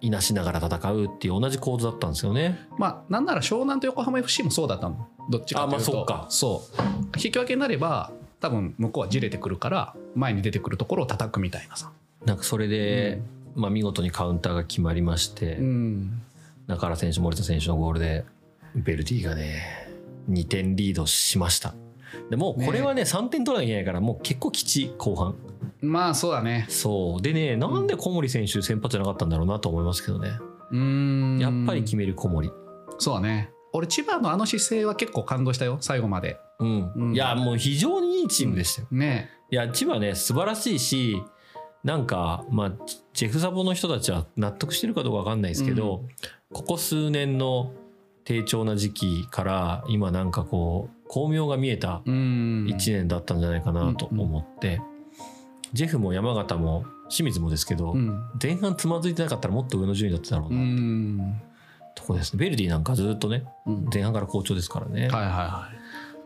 Speaker 1: いなしながら戦うっていう同じ構図だったんですよね
Speaker 2: まあなんなら湘南と横浜 FC もそうだったのどっちかというと
Speaker 1: あまあそっか
Speaker 2: そう引き分けになれば多分向こうはじれてくるから前に出てくるところを叩くみたいなさ、
Speaker 1: なんかそれで、まあ、見事にカウンターが決まりまして、
Speaker 2: うん、
Speaker 1: 中原選手森田選手のゴールでベルディがね2点リードしましたでもうこれはね3点取らなきゃいけないからもう結構きちい後半
Speaker 2: まあそうだね
Speaker 1: そうでねなんで小森選手先発じゃなかったんだろうなと思いますけどね、
Speaker 2: うん
Speaker 1: やっぱり決める小森
Speaker 2: そうだね俺千葉のあの姿勢は結構感動したよ最後まで
Speaker 1: うん、
Speaker 2: うん
Speaker 1: いやもう非常にいいチームでしたよ、
Speaker 2: ね
Speaker 1: いや千葉ね素晴らしいしなんかまあジェフサボの人たちは納得してるかどうかわかんないですけど、ここ数年の低調な時期から今なんかこう巧妙が見えた
Speaker 2: うん
Speaker 1: 1年だったんじゃないかなと思って、ジェフも山形も清水もですけど、
Speaker 2: うん
Speaker 1: 前半つまずいてなかったらもっと上の順位だっただろう
Speaker 2: う
Speaker 1: な、
Speaker 2: ん
Speaker 1: とこですねベルディなんかずっとね
Speaker 2: うん
Speaker 1: 前半から好調ですからね、
Speaker 2: はいはいはい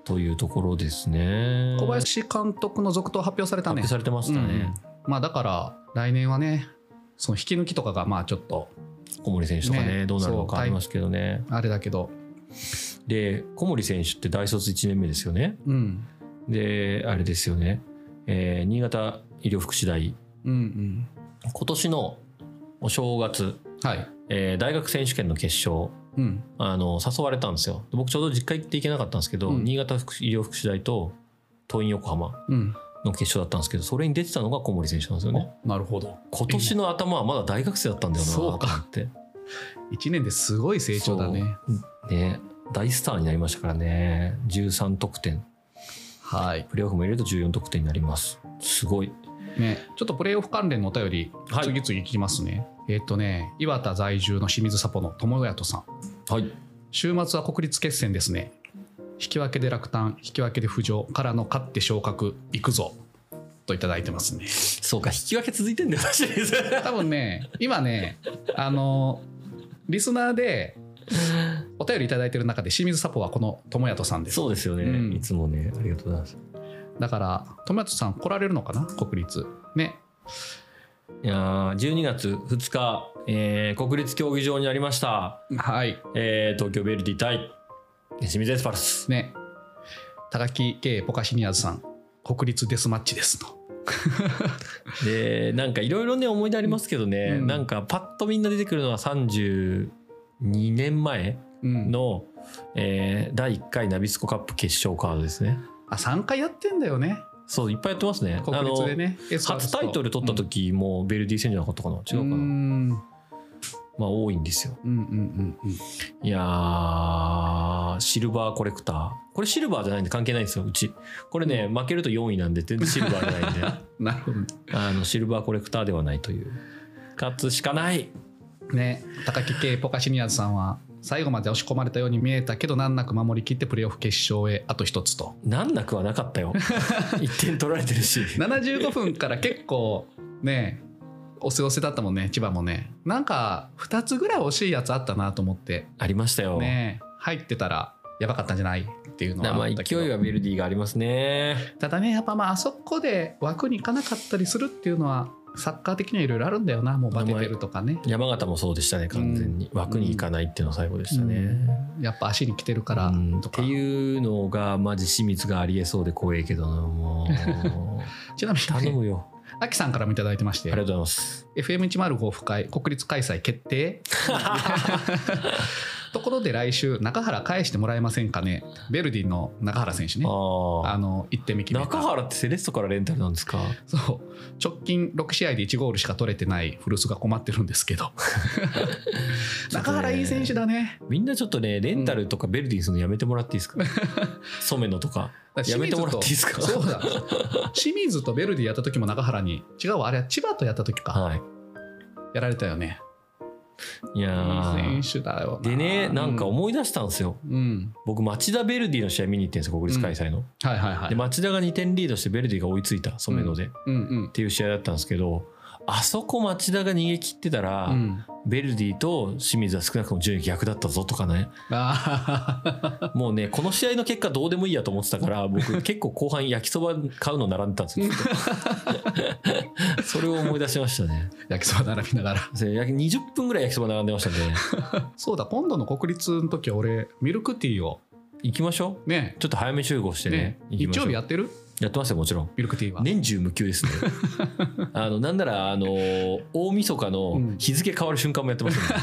Speaker 1: というところですね
Speaker 2: 小林監督の続投発表された
Speaker 1: 発
Speaker 2: ね
Speaker 1: 表されてましたね、
Speaker 2: うんまあだから来年はねその引き抜きとかがまあちょっと
Speaker 1: 小森選手とかね
Speaker 2: ね
Speaker 1: どうなるのかありますけどね。
Speaker 2: あれだけど
Speaker 1: で小森選手って大卒1年目ですよね。
Speaker 2: うん
Speaker 1: であれですよね、えー新潟医療福祉大
Speaker 2: うん
Speaker 1: 今年のお正月、
Speaker 2: うんはい
Speaker 1: えー大学選手権の決勝
Speaker 2: うん
Speaker 1: あの誘われたんですよ。僕ちょうど実家行って行けなかったんですけど、
Speaker 2: うん
Speaker 1: 新潟福祉医療福祉大と東院横浜
Speaker 2: うん
Speaker 1: の決勝だったんですけどそれに出てたのが小森選手なんですよね。
Speaker 2: あなるほど
Speaker 1: 今年の頭はまだ大学生だったんだよなと
Speaker 2: そ
Speaker 1: 思
Speaker 2: うか
Speaker 1: って。
Speaker 2: 1年ですごい成長だね
Speaker 1: ね大スターになりましたからね13得点
Speaker 2: はい
Speaker 1: プレーオフも入れると14得点になりますすごい
Speaker 2: ねちょっとプレーオフ関連のお便り
Speaker 1: はい
Speaker 2: 次々いきますね、えっ、とね岩田在住の清水サポの友とさん
Speaker 1: はい
Speaker 2: 週末は国立決戦ですね引き分けで落胆引き分けで浮上からの勝って昇格いくぞといただいてますね
Speaker 1: そうか引き分け続いてんだよシリーズ
Speaker 2: 多分ね今ねあのリスナーでお便りいただいてる中で清水サポはこの友也さんです
Speaker 1: そうですよね、
Speaker 2: うん
Speaker 1: いつもねありがとうございます
Speaker 2: だから友也さん来られるのかな国立ね
Speaker 1: いやー12月2日、えー国立競技場になりました、
Speaker 2: はい
Speaker 1: えー東京ベルディ対清水エスパル ス
Speaker 2: ね高木 K ポカシニアズさん国立デスマッチですと
Speaker 1: でなんかいろいろね思い出ありますけどね、
Speaker 2: うん
Speaker 1: なんかパッとみんな出てくるのは32年前
Speaker 2: うん
Speaker 1: の、えー第1回ナビスコカップ決勝カードですね。
Speaker 2: あ3回やってんだよね
Speaker 1: そういっぱいやってますね。
Speaker 2: 国立でね
Speaker 1: あの初タイトル取った
Speaker 2: 時
Speaker 1: 時もベルディ戦じゃなかったかな違うか
Speaker 2: うー
Speaker 1: な、
Speaker 2: ん
Speaker 1: まあ多いんですよ。
Speaker 2: うんうんうんうん
Speaker 1: いやーシルバーコレクターこれシルバーじゃないんで関係ないんですようちこれね、負けると4位なんで全然シルバーじゃないん で
Speaker 2: なるほどね
Speaker 1: あのシルバーコレクターではないという勝つしかない
Speaker 2: ね高木圭ポカシニアズさんは最後まで押し込まれたように見えたけど難なく守りきってプレーオフ決勝へあと一つと
Speaker 1: 難なくはなか ったよ1点取られてるし
Speaker 2: 75分から結構ねおせおせだったもんね千葉もねなんか2つぐらい惜しいやつあったなと思って
Speaker 1: ありましたよ、
Speaker 2: ね入ってたらやばかったんじゃないっていうの
Speaker 1: な
Speaker 2: は
Speaker 1: まあ
Speaker 2: あったけど
Speaker 1: 勢いはベルディがありますね
Speaker 2: ただねやっぱまああそこで枠に行かなかったりするっていうのはサッカー的にはいろいろあるんだよなもうバテてるとかね
Speaker 1: 山形もそうでしたね完全に、枠に行かないっていうのが最後でしたね、
Speaker 2: やっぱ足に来てるから
Speaker 1: うんっ
Speaker 2: と
Speaker 1: て
Speaker 2: か
Speaker 1: いうのがマジ清水がありえそうで怖いけどなもう
Speaker 2: ちなみに
Speaker 1: 頼
Speaker 2: ね
Speaker 1: むよ
Speaker 2: アキさんからもいただいてまし
Speaker 1: あり
Speaker 2: て
Speaker 1: がとうございます
Speaker 2: FM105 オフ会国立開催決 定ところで来週中原返してもらえませんかねベルディの中原選手ねあ
Speaker 1: ああ
Speaker 2: の行ってみき
Speaker 1: 中原ってセレッソからレンタルなんですか
Speaker 2: そう直近6試合で1ゴールしか取れてない古巣が困ってるんです けど中原いい選手だね
Speaker 1: みんなちょっとねレンタルとかベルディにするのやめてもらっていいですか、 染野とかやめてもらっていいですか
Speaker 2: 清水とそうだ清水とベルディやった時も中原に違うわあれは千葉とやった時か
Speaker 1: はい
Speaker 2: やられたよね
Speaker 1: いやー
Speaker 2: いい選手だよな
Speaker 1: でねなんか
Speaker 2: うん、
Speaker 1: 思い出したんですよ、
Speaker 2: うん
Speaker 1: 僕町田ベルディの試合見に行ってんですよ国立開催の、
Speaker 2: はいはいはい
Speaker 1: で町田が2点リードしてベルディが追いついた染野で、
Speaker 2: うんうん
Speaker 1: っていう試合だったんですけどあそこ町田が逃げ切ってたら、
Speaker 2: うん、
Speaker 1: ベルディと清水は少なくとも順位逆だったぞとか ね
Speaker 2: あー
Speaker 1: もうねこの試合の結果どうでもいいやと思ってたから 僕結構後半焼きそば買うの並んでたんですよずっとそれを思い出しましたね
Speaker 2: 焼きそば並びながら
Speaker 1: それ焼き20分ぐらい焼きそば並んでましたね
Speaker 2: そうだ今度の国立の時は俺ミルクティーを
Speaker 1: 行きましょ
Speaker 2: ね
Speaker 1: うちょっと早め集合してね
Speaker 2: ね
Speaker 1: 行
Speaker 2: 日
Speaker 1: きましょう
Speaker 2: 曜日
Speaker 1: や
Speaker 2: やってる
Speaker 1: ってますよもちろん
Speaker 2: ミルクティーは、
Speaker 1: 年中無休 ですねあのなんならあの大晦日の日付変わる瞬間もやってますよね、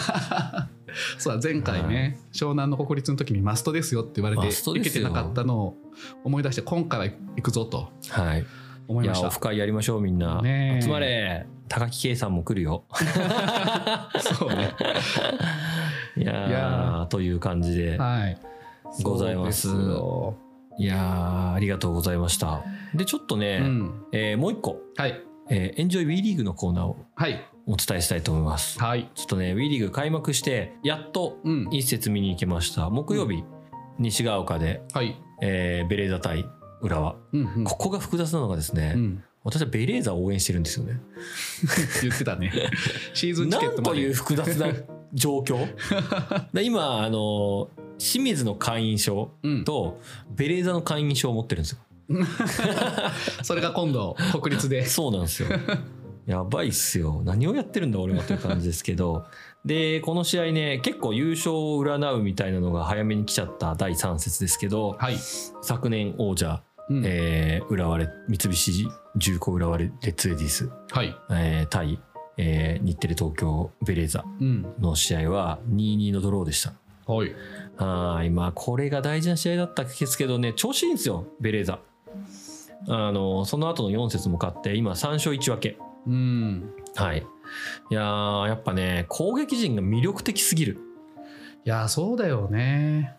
Speaker 2: そうだ前回ね、湘南の国立の時にマストですよって言われて
Speaker 1: マストで
Speaker 2: 行け
Speaker 1: す
Speaker 2: て
Speaker 1: よ
Speaker 2: なかったのを思い出して今回は行くぞと
Speaker 1: はい
Speaker 2: 思い
Speaker 1: い
Speaker 2: ま
Speaker 1: や
Speaker 2: し
Speaker 1: オ
Speaker 2: た
Speaker 1: フ会やりましょうみんな、
Speaker 2: ねえ
Speaker 1: 集まれ高木圭さんも来るよ
Speaker 2: そうね
Speaker 1: いやー
Speaker 2: いや
Speaker 1: という感じで、
Speaker 2: はい
Speaker 1: ございます
Speaker 2: そうですよ
Speaker 1: い、やーありがとうございましたでちょっとね、
Speaker 2: うん
Speaker 1: えーもう一個、
Speaker 2: はい
Speaker 1: えーエンジョイ WE リーグのコーナーを
Speaker 2: はい
Speaker 1: お伝えしたいと思います
Speaker 2: はい
Speaker 1: ちょっとね WE リーグ開幕してやっと
Speaker 2: うん
Speaker 1: 一節見に行きました木曜日、西ヶ丘で、
Speaker 2: はい
Speaker 1: えーベレーザ対浦和、
Speaker 2: うんうん
Speaker 1: ここが複雑なのがですね、
Speaker 2: うん
Speaker 1: 私はベレーザを応援してるんですよね
Speaker 2: 言ってた ねシーズンチケ
Speaker 1: な
Speaker 2: ット
Speaker 1: ん
Speaker 2: ま
Speaker 1: と
Speaker 2: で
Speaker 1: いう複雑 な状況で今あの清水の会員証
Speaker 2: うん
Speaker 1: とベレーザの会員証を持ってるんですよ
Speaker 2: それが今度国立で
Speaker 1: そうなんですよ。やばいっすよ。何をやってるんだ俺はという感じですけど。で、この試合ね、結構優勝を占うみたいなのが早めに来ちゃった第3節ですけど、
Speaker 2: はい、
Speaker 1: 昨年王者、
Speaker 2: うん
Speaker 1: えー浦和レ、三菱重工浦和レッツレディス、
Speaker 2: はい、
Speaker 1: えー対、えー日テレ東京ベレーザ
Speaker 2: うん、
Speaker 1: の試合は2-2のドローでした。
Speaker 2: はい
Speaker 1: はい、まあこれが大事な試合だったんですけどね、調子いいんですよ、ベレーザ。あの、その後の4節も勝って、今3勝1分け。
Speaker 2: うん
Speaker 1: はい。いやー、やっぱね、攻撃陣が魅力的すぎる。
Speaker 2: いやそうだよね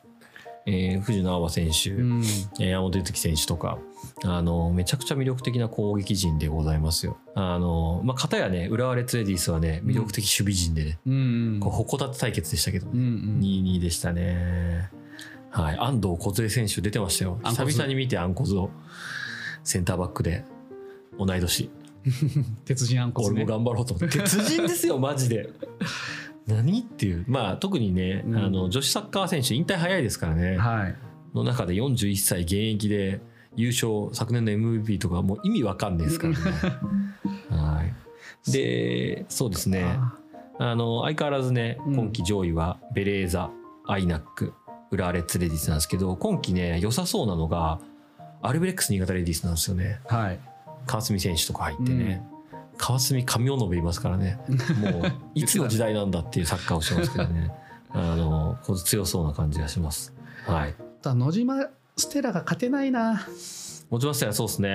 Speaker 1: えー藤野あわ選手、
Speaker 2: うん
Speaker 1: えー山本幸選手とか、あの、めちゃくちゃ魅力的な攻撃陣でございますよ。あの、まあ、片やね、浦和レッズレディースはね、魅力的守備陣でね、
Speaker 2: うん
Speaker 1: こう、ほこたつ対決でしたけど、
Speaker 2: うんうん
Speaker 1: 2-2でしたね。はい。安藤梢選手出てましたよ。
Speaker 2: アンコ
Speaker 1: 久
Speaker 2: ズ
Speaker 1: 々に見て、アンコズをセンターバックで、同い年。
Speaker 2: 鉄人あんこ
Speaker 1: 俺も頑張ろうと思 って鉄人ですよマジで何っていうまあ特にね、
Speaker 2: うん
Speaker 1: あの女子サッカー選手引退早いですからね
Speaker 2: はい
Speaker 1: の中で41歳現役で優勝昨年の MVP とかもう意味わかんないです からねはいでそうですね
Speaker 2: あ
Speaker 1: あの相変わらずね
Speaker 2: うん
Speaker 1: 今季上位はベレーザアイナック浦和レッズレディースなんですけど今季ね良さそうなのがアルベレックス新潟レディースなんですよね
Speaker 2: はい
Speaker 1: 川澄選手とか入ってね、川澄神尾信いますからねも ういつの時代なんだっていうサッカーをしてますけどねあのこう強そうな感じがしますはい
Speaker 2: だ野島ステラが勝てないな、
Speaker 1: 持ちましたよそうですね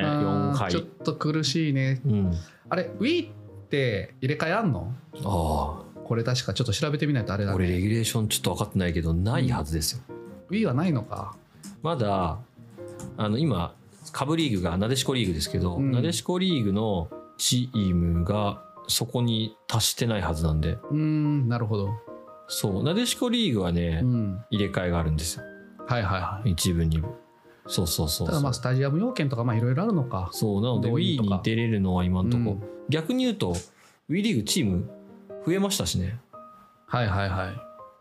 Speaker 1: 4
Speaker 2: あー
Speaker 1: 回
Speaker 2: ちょっと苦しいね
Speaker 1: うん
Speaker 2: あれ Wii って入れ替えあんの
Speaker 1: あ
Speaker 2: これ確かちょっと調べてみないとあれ
Speaker 1: あ
Speaker 2: だ
Speaker 1: 俺レギュレーションちょっと分かってないけどないはずですよ
Speaker 2: Wii はないのか
Speaker 1: まだあの今下部リーグがなでしこリーグですけど、
Speaker 2: うん
Speaker 1: なでしこリーグのチームがそこに達してないはずなんで
Speaker 2: うーんなるほど、
Speaker 1: そうなでしこリーグはね、
Speaker 2: うん、
Speaker 1: 入れ替えがあるんですよ
Speaker 2: はいはいはい
Speaker 1: 一部二部そうそうそう
Speaker 2: た
Speaker 1: そ
Speaker 2: だ
Speaker 1: う,、
Speaker 2: まあスタジアム要件とかまあいろいろあるのか
Speaker 1: そうなので
Speaker 2: 動員
Speaker 1: Wii
Speaker 2: とか
Speaker 1: に出れるのは今のとこ、
Speaker 2: うん
Speaker 1: 逆に言うと Wii リーグチーム増えましたしね
Speaker 2: はいはいは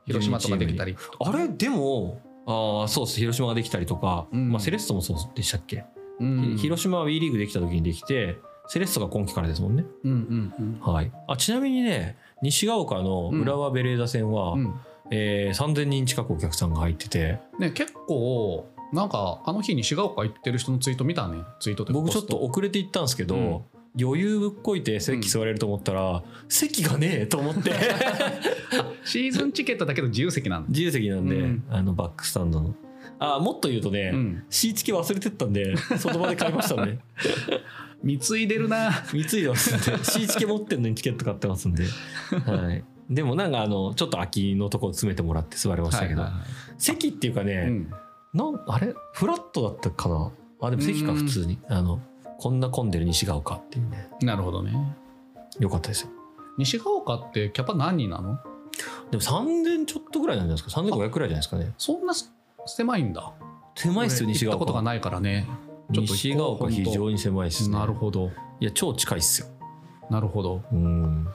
Speaker 2: い広島とかできたり
Speaker 1: あれでもあーそうです広島ができたりとか、
Speaker 2: うん
Speaker 1: まあ、セレッソもそうでしたっけ、
Speaker 2: うん
Speaker 1: ひ広島は WE リーグできた時にできてセレッソが今季からですもんね、
Speaker 2: うんうん
Speaker 1: はい、あちなみにね西が丘の浦和ベレーザ戦は、
Speaker 2: うんうん
Speaker 1: えー3000人近くお客さんが入ってて
Speaker 2: ね結構なんかあの日に志賀岡行ってる人のツイート見たねツイートで
Speaker 1: 僕ちょっと遅れて行ったんですけど、
Speaker 2: うん
Speaker 1: 余裕ぶっこいて席座れると思ったら、席がねえと思って
Speaker 2: シーズンチケットだけど自由席なんだ、
Speaker 1: 自由席なんで、
Speaker 2: うん
Speaker 1: あのバックスタンドのあもっと言うとね、
Speaker 2: うん、
Speaker 1: シーチケ忘れてったんでその場で買いました ね
Speaker 2: 貢いでるな
Speaker 1: 三井でますんでシーチケ持ってんのにチケット買ってますんで、はい、でもなんかあのちょっと空きのとこ詰めてもらって座りましたけど、
Speaker 2: はいはいはい
Speaker 1: 席っていうか
Speaker 2: う
Speaker 1: ね、
Speaker 2: ん
Speaker 1: なんあれフラットだったかなあでも席か普通に、あのこんな混んでる西が丘っていうね
Speaker 2: なるほどね
Speaker 1: よかったですよ
Speaker 2: 西ヶ丘ってキャパ何人なの
Speaker 1: でも3000ちょっとぐらいなんじゃないですか3500ぐらいじゃないですかね
Speaker 2: そんな狭いんだ
Speaker 1: 狭いっすよ
Speaker 2: 俺
Speaker 1: 西
Speaker 2: 行っ
Speaker 1: が
Speaker 2: たことが
Speaker 1: 丘
Speaker 2: ないからねちょっと
Speaker 1: 西が丘非常に狭いっすね
Speaker 2: なるほど
Speaker 1: いや超近いっすよ
Speaker 2: なるほど
Speaker 1: うん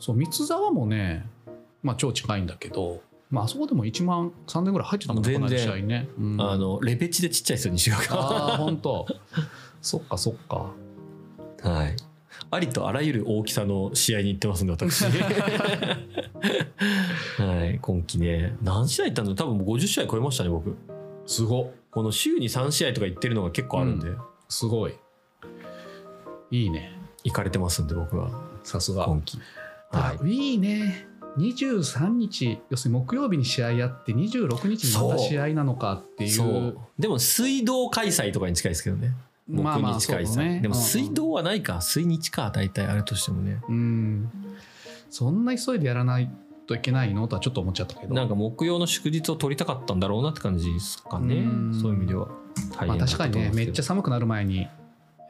Speaker 2: そう三沢もねまあ超近いんだけどまああそこでも1万3000ぐらい入ってたもんね
Speaker 1: 全然
Speaker 2: この間試合ね、うん
Speaker 1: あのレベチでちっちゃいっすよ西が丘
Speaker 2: ああ本当そっかそっか
Speaker 1: はいありとあらゆる大きさの試合に行ってますんで私はい今季ね何試合行ったんだろう多分もう50試合超えましたね僕
Speaker 2: すご
Speaker 1: この週に3試合とか行ってるのが結構あるんで、
Speaker 2: うすごいいいね
Speaker 1: 行かれてますんで僕は
Speaker 2: さすが
Speaker 1: 今季は
Speaker 2: あ
Speaker 1: い
Speaker 2: いいね23日要するに木曜日に試合やって26日にまた
Speaker 1: そう
Speaker 2: 試合なのかっていう
Speaker 1: そうでも水道開催とかに近いですけどね木
Speaker 2: まあまあ
Speaker 1: 日開催、
Speaker 2: そうだね
Speaker 1: でも
Speaker 2: うん
Speaker 1: 水道はないか、水日か大体あれとしてもね
Speaker 2: うんそんな急いでやらないといけないのとはちょっと思っちゃったけど
Speaker 1: なんか木曜の祝日を取りたかったんだろうなって感じですかね
Speaker 2: うん
Speaker 1: そういう意味では大
Speaker 2: まあ、
Speaker 1: 変だ
Speaker 2: 確
Speaker 1: た
Speaker 2: かに
Speaker 1: と思
Speaker 2: ね
Speaker 1: うん
Speaker 2: め
Speaker 1: ですけど
Speaker 2: っちゃ寒くなる前に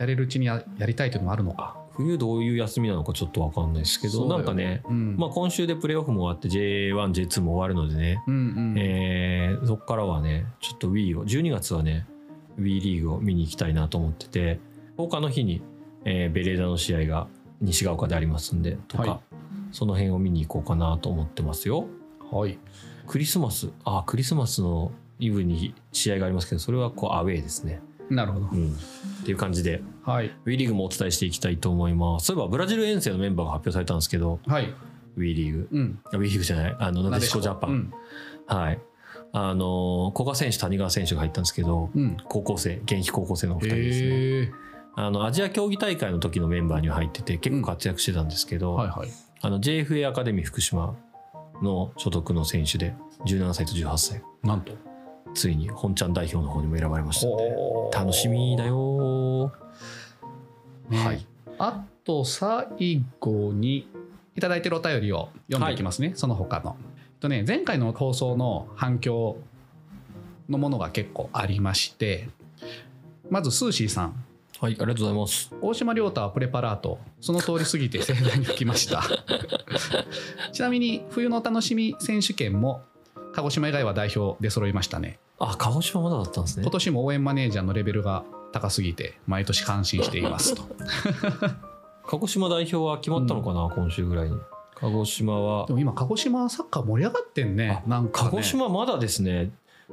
Speaker 2: やれるうちにややりたいというのもあるのか、
Speaker 1: 冬どういう休みなのかちょっと分かんないですけ
Speaker 2: そ
Speaker 1: ど
Speaker 2: う
Speaker 1: な
Speaker 2: だよ
Speaker 1: んかね、
Speaker 2: うん
Speaker 1: まあ、今週でプレーオフも終わって J1J2 も終わるのでね、
Speaker 2: うんうん
Speaker 1: えーそこからはねちょっと Wii を12月はね Wii リーグを見に行きたいなと思ってて他の日に、えーベレーダの試合が西が丘でありますんでとか、
Speaker 2: は
Speaker 1: その辺を見に行こうかなと思ってますよ
Speaker 2: はい
Speaker 1: クリスマスあクリスマスのイブに試合がありますけどそれはこうアウェーですね
Speaker 2: なるほど
Speaker 1: うん、っていう感じで
Speaker 2: はい
Speaker 1: WE リーグもお伝えしていきたいと思いますそういえばブラジル遠征のメンバーが発表されたんですけど
Speaker 2: はい、
Speaker 1: WE リーグ
Speaker 2: うん、
Speaker 1: あ WE リーグじゃないあのなでしこジャパン、
Speaker 2: うん
Speaker 1: はいあの古賀選手谷川選手が入ったんですけど
Speaker 2: うん、
Speaker 1: 高校生現役高校生のお二人ですね、
Speaker 2: へえ
Speaker 1: あのアジア競技大会の時のメンバーには入ってて結構活躍してたんですけど、
Speaker 2: はいはい
Speaker 1: あの JFA アカデミー福島の所属の選手で17歳と18歳
Speaker 2: なんと
Speaker 1: ついに本ちゃん代表の方にも選ばれましたので楽しみだ、よ
Speaker 2: ね
Speaker 1: はい
Speaker 2: あと最後にいただいてるお便りを読んでいきますね、その他の。えっとね、前回の放送の反響のものが結構ありましてまずスーシーさん
Speaker 1: はいありがとうございます
Speaker 2: 大島亮太はプレパラートその通り過ぎて盛 大に吹きました ちなみに冬のお楽しみ選手権も鹿児島以外は代表で揃いましたね
Speaker 1: あ鹿児島まだだったんですね
Speaker 2: 今年も応援マネージャーのレベルが高すぎて毎年感心していますと
Speaker 1: 鹿児島代表は決まったのかな、今週ぐらいに鹿児島は
Speaker 2: でも今鹿児島サッカー盛り上がってんね
Speaker 1: あ
Speaker 2: なんか、ね、
Speaker 1: 鹿児島まだですね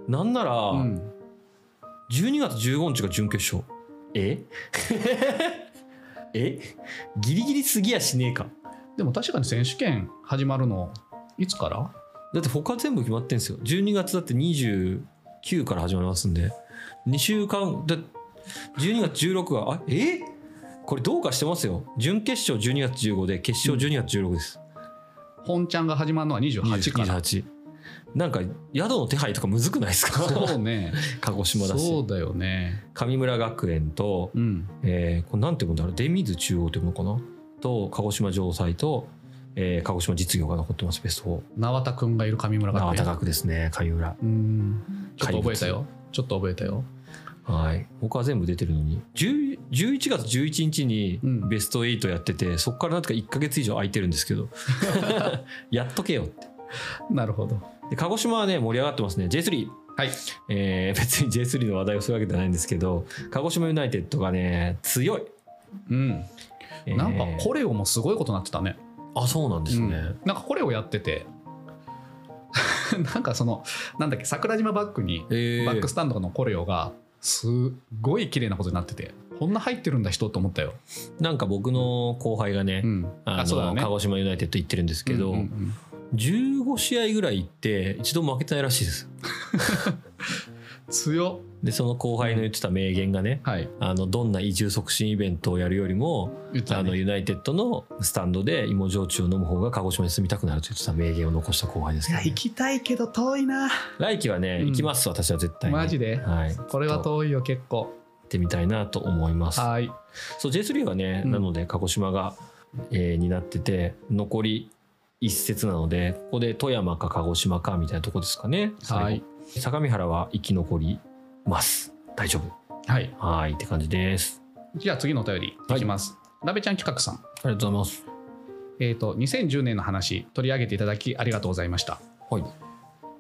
Speaker 1: なんなら
Speaker 2: うん
Speaker 1: 12月15日が準決勝え えギリギリすぎやしねえか
Speaker 2: でも確かに選手権始まるのいつから
Speaker 1: だって他全部決まってんですよ12月だって29から始まりますんで2週間だ12月16があえこれどうかしてますよ準決勝12月15で決勝12月16です、
Speaker 2: 本ちゃんが始まるのは28から
Speaker 1: 28なんか宿の手配とかむずくないですか
Speaker 2: そうね
Speaker 1: 鹿児島だ
Speaker 2: そ
Speaker 1: し
Speaker 2: うだよね
Speaker 1: 神村学園と、
Speaker 2: うん
Speaker 1: えーこれなんていうんだろう出水中央っていうのかなと鹿児島城西と、えー鹿児島実業が残ってますベスト
Speaker 2: 縄田君がいる神
Speaker 1: 4
Speaker 2: 村学
Speaker 1: 長
Speaker 2: 園
Speaker 1: 田学ですね神村
Speaker 2: うんちょっと覚えたよちょっと覚えたよ
Speaker 1: はい、他は全部出てるのに10 11月11日に
Speaker 2: うん
Speaker 1: ベスト8やってて、そこからなんとか1か月以上空いてるんですけ どやっとけよって
Speaker 2: なるほど
Speaker 1: で鹿児島はね盛り上がってますね J3、
Speaker 2: はい
Speaker 1: えー別に J3 の話題をするわけじゃないんですけど鹿児島ユナイテッドがね強い、
Speaker 2: うん
Speaker 1: えー
Speaker 2: なんかコレオもすごいことになってたね
Speaker 1: あそうなんですね、
Speaker 2: うんなんかコレオやってて なんかそのなんだっけ桜島バックに
Speaker 1: えー
Speaker 2: バックスタンドのコレオがすっごい綺麗なことになっててこんな入ってるんだ人と思ったよ、
Speaker 1: なんか僕の後輩がね、
Speaker 2: うん、
Speaker 1: あの鹿児島ユナイテッド行ってるんですけど、
Speaker 2: うんうんうん
Speaker 1: 15試合ぐらい行って一度も負けてないらしいです
Speaker 2: 強
Speaker 1: でその後輩の言ってた名言がね、
Speaker 2: はい
Speaker 1: あのどんな移住促進イベントをやるよりも、
Speaker 2: 言って
Speaker 1: あ
Speaker 2: た
Speaker 1: の
Speaker 2: ね
Speaker 1: ユナイテッドのスタンドで芋焼酎を飲む方が鹿児島に住みたくなると言ってた名言を残した後輩です
Speaker 2: い
Speaker 1: けど
Speaker 2: や
Speaker 1: ね、
Speaker 2: 行きたいけど遠いな
Speaker 1: 来期はね、
Speaker 2: うん
Speaker 1: 行きます私は絶対に
Speaker 2: マジで
Speaker 1: はい、
Speaker 2: これは遠いよ結構
Speaker 1: 行ってみたいなと思います
Speaker 2: はい
Speaker 1: そう J3 はね、
Speaker 2: うん
Speaker 1: なので鹿児島が、えー、になってて残り一節なのでここで富山か鹿児島かみたいなとこですかね最後
Speaker 2: はい
Speaker 1: 相模原は生き残ります大丈夫
Speaker 2: はい
Speaker 1: はいって感じです
Speaker 2: じゃあ次のお便りいきます、ラベちゃん企画さん
Speaker 1: ありがとうございます
Speaker 2: えっ、と2010年の話取り上げていただきありがとうございました
Speaker 1: はい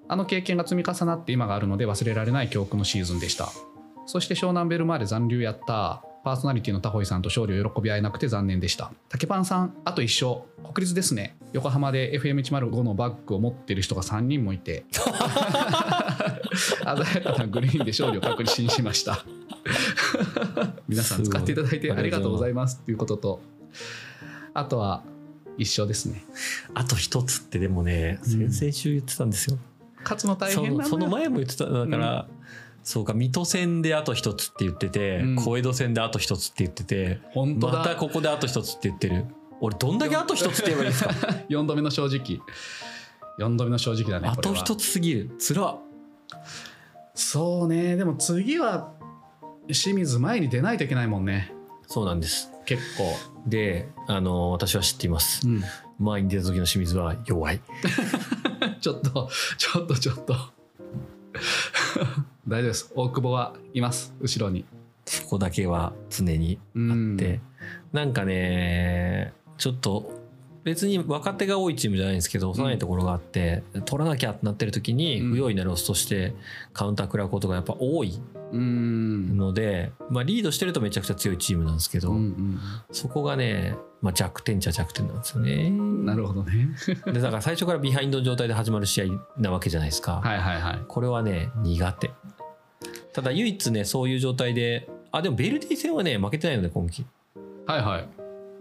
Speaker 2: あの経験が積み重なって今があるので忘れられない教訓のシーズンでした。そして湘南ベルマーレ残留やったパーソナリティのタホイさんと勝利を喜び合えなくて残念でした。竹パンさん、あと一勝、国立ですね。横浜で FM105 のバッグを持ってる人が3人もい て、鮮やかなグリーンで勝利を確信しました。皆さん使っていただいてありがとうございますということと、あとは一勝ですね。
Speaker 1: あと一つってでもね、
Speaker 2: うん
Speaker 1: 先々週言ってたんですよ。
Speaker 2: 勝つの大
Speaker 1: そ
Speaker 2: 変
Speaker 1: の
Speaker 2: なのよ
Speaker 1: その前も言ってただから、そうか水戸線であと一つって言ってて、
Speaker 2: うん
Speaker 1: 小江戸線であと一つって言ってて、
Speaker 2: 本当だ
Speaker 1: またここであと一つって言ってる。俺どんだけあと一つって言えばいいん ですか。
Speaker 2: 4度目の正直4度目の正直だね
Speaker 1: あ
Speaker 2: これ
Speaker 1: と
Speaker 2: は
Speaker 1: 一つすぎる。つら。
Speaker 2: そうねでも次は清水前に出ないといけないもんね
Speaker 1: そうなんです。
Speaker 2: 結構、
Speaker 1: で、あの私は知っています。
Speaker 2: うん、
Speaker 1: 前に出た時の清水は弱い。
Speaker 2: ちょっとちょっとちょっと 大丈夫です大久保はいます後ろに
Speaker 1: そこだけは常に
Speaker 2: うん
Speaker 1: あって、なんかねちょっと別に若手が多いチームじゃないんですけど幼いところがあって、取らなきゃってなってる時に
Speaker 2: うん
Speaker 1: 不用意なロスとしてカウンター食らうことがやっぱ多い
Speaker 2: うん
Speaker 1: ので、まあ、リードしてるとめちゃくちゃ強いチームなんですけ
Speaker 2: う
Speaker 1: ど、
Speaker 2: ん
Speaker 1: そこがね、まあ、弱点っちゃ弱点なんですよね。
Speaker 2: うんなるほどね
Speaker 1: でだから最初からビハインドの状態で始まる試合なわけじゃないですか。
Speaker 2: はいはいはい
Speaker 1: これはね苦手ただ唯一ね、そういう状態で、あ、でもベルディ戦はね、負けてないので、今季。
Speaker 2: はいはい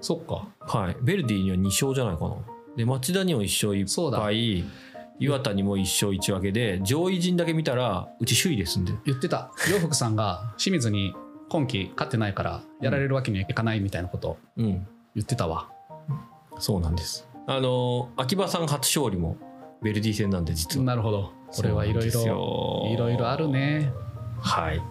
Speaker 2: そっか
Speaker 1: はい。ベルディには2勝じゃないかな。で、町田にも1
Speaker 2: そ
Speaker 1: 勝
Speaker 2: う
Speaker 1: 1
Speaker 2: だ
Speaker 1: 敗、岩田にも1勝1分けで、上位陣だけ見たら、うち首位ですんで。
Speaker 2: 言ってた洋服さんが清水に今季勝ってないからやられるわけにはいかないみたいなこと
Speaker 1: うん。
Speaker 2: 言ってたわ、
Speaker 1: そうなんです。あの、秋葉さん初勝利も、ベルディ戦なんで、実は。
Speaker 2: なるほどこれはいろいろ
Speaker 1: ろ
Speaker 2: いろいろある。ね
Speaker 1: はい。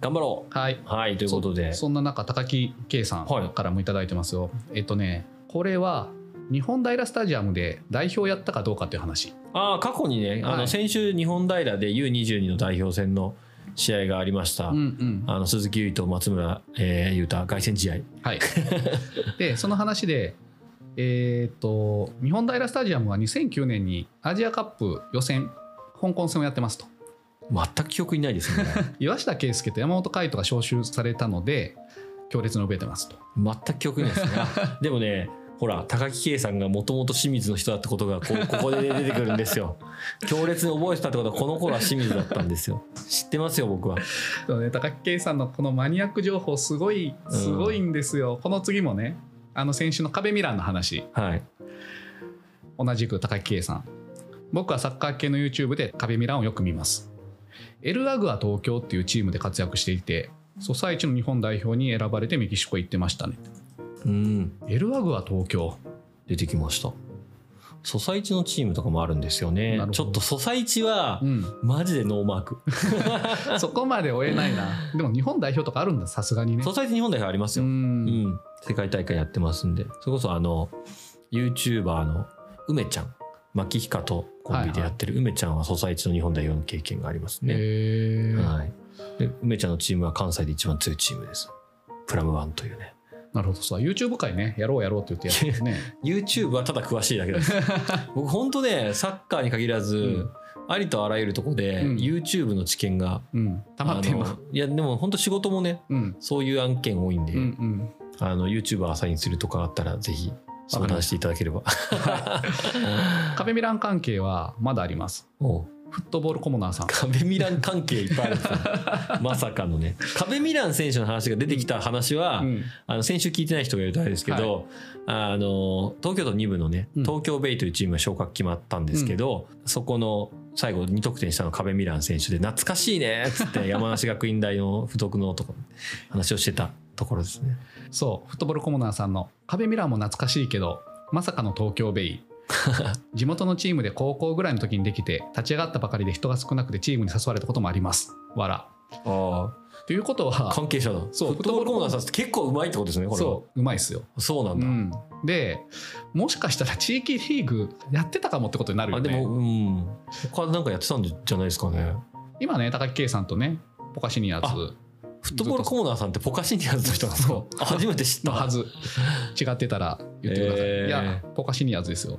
Speaker 1: 頑張ろ。
Speaker 2: はいう
Speaker 1: はい、ということで。
Speaker 2: そんな中高木圭さ
Speaker 1: はい
Speaker 2: んからもいただいてますよ、えっとねこれは日本平スタジアムで代表やったかどうかっていう話
Speaker 1: ああ、過去にね、あ
Speaker 2: は
Speaker 1: の
Speaker 2: い
Speaker 1: 先週、日本平で U22 の代表戦の試合がありました。
Speaker 2: うんうん
Speaker 1: あの鈴木唯と松村、えー、雄太、凱旋試合。
Speaker 2: はい でその話でえーっと日本平スタジアムは2009年にアジアカップ予選香港戦をやってますと
Speaker 1: 全く記憶にないですね。
Speaker 2: 岩下圭介と山本海斗が招集されたので強烈に覚えてますと
Speaker 1: 全く記憶にないですね。 あでもね、ほら、高木圭さんがもともと清水の人だってことがこう、ここで出てくるんですよ。強烈に覚えてたってことは、この頃は清水だったんですよ。知ってますよ、僕は。
Speaker 2: そうね、高木圭さんのこのマニアック情報すごい
Speaker 1: ん
Speaker 2: すごいんですよ、この次もねあの先週の壁ミランの話
Speaker 1: はい。
Speaker 2: 同じく高木圭さん僕はサッカー系の YouTube で壁ミランをよく見ますエルアグア東京っていうチームで活躍していてソサイチの日本代表に選ばれてメキシコ行ってましたね
Speaker 1: うん、
Speaker 2: エルアグア東京
Speaker 1: 出てきました。ソサイチのチームとかもあるんですよね
Speaker 2: なるほ。ど
Speaker 1: ちょっとソサイチは
Speaker 2: う、ん
Speaker 1: マジでノーマーク。
Speaker 2: そこまで追えないなでも日本代表とかあるんださすがにね
Speaker 1: ソサイティ日本代表あります
Speaker 2: う
Speaker 1: よ、うん
Speaker 2: ん
Speaker 1: 世界大会やってますんでそれこそあの YouTuber の梅ちゃん牧彦とコンビでやってる梅ちゃんはソサイチの日本代表の経験がありますね、
Speaker 2: へー
Speaker 1: はい、で梅ちゃんのチームは関西で一番強いチームですプラムワンというね
Speaker 2: なるほどさ YouTube 界ねやろうやろうって言ってやってま すね
Speaker 1: YouTube はただ詳しいだけ です僕ほんとねサッカーに限らず、
Speaker 2: うん
Speaker 1: ありとあらゆるとこで、
Speaker 2: うん
Speaker 1: YouTube の知見が
Speaker 2: うん溜まって
Speaker 1: あ
Speaker 2: ん
Speaker 1: の
Speaker 2: の
Speaker 1: いやでも本当仕事もね
Speaker 2: うん
Speaker 1: そういう案件多いんで、
Speaker 2: うんうん
Speaker 1: あの YouTuber サインするとかあったらぜひ相談していただければ。
Speaker 2: 壁ミラン関係はまだあります
Speaker 1: おう
Speaker 2: フットボールコモナーさん
Speaker 1: 壁ミラン関係いっぱいあるん ですよまさかのね壁ミラン選手の話が出てきた話は、
Speaker 2: うん
Speaker 1: あの先週聞いてない人がいるとあれですけど、あの東京都2部のね
Speaker 2: うん
Speaker 1: 東京ベイというチームが昇格決まったんですけど、そこの最後2得点したのは壁ミラン選手で懐かしいねっつって 山梨学院大の付属のとこ話をしてたところですね。
Speaker 2: そうフットボールコモナーさんの壁ミラーも懐かしいけどまさかの東京 ベイ地元のチームで高校ぐらいの時にできて立ち上がったばかりで人が少なくてチームに誘われたこともありますわら
Speaker 1: あ
Speaker 2: ということは
Speaker 1: 関係者だ
Speaker 2: そう
Speaker 1: フットボールコーナーさんって結構うまいってことですねこれは
Speaker 2: そううまいっすよ、
Speaker 1: そうな
Speaker 2: うん
Speaker 1: だ、
Speaker 2: ん、でもしかしたら地域リーグやってたかもってことになる
Speaker 1: あ
Speaker 2: よ
Speaker 1: でも
Speaker 2: ね
Speaker 1: うん他なんかやってたんじゃないですかね
Speaker 2: 今ね高木圭さんとねポカシニア
Speaker 1: あ
Speaker 2: ーズ
Speaker 1: フットボールコーナーさんってポカシニアズの人なんですか
Speaker 2: そ
Speaker 1: あ初めて知った
Speaker 2: のはず違ってたら言ってください、
Speaker 1: えー
Speaker 2: いやポカシニアーズですよ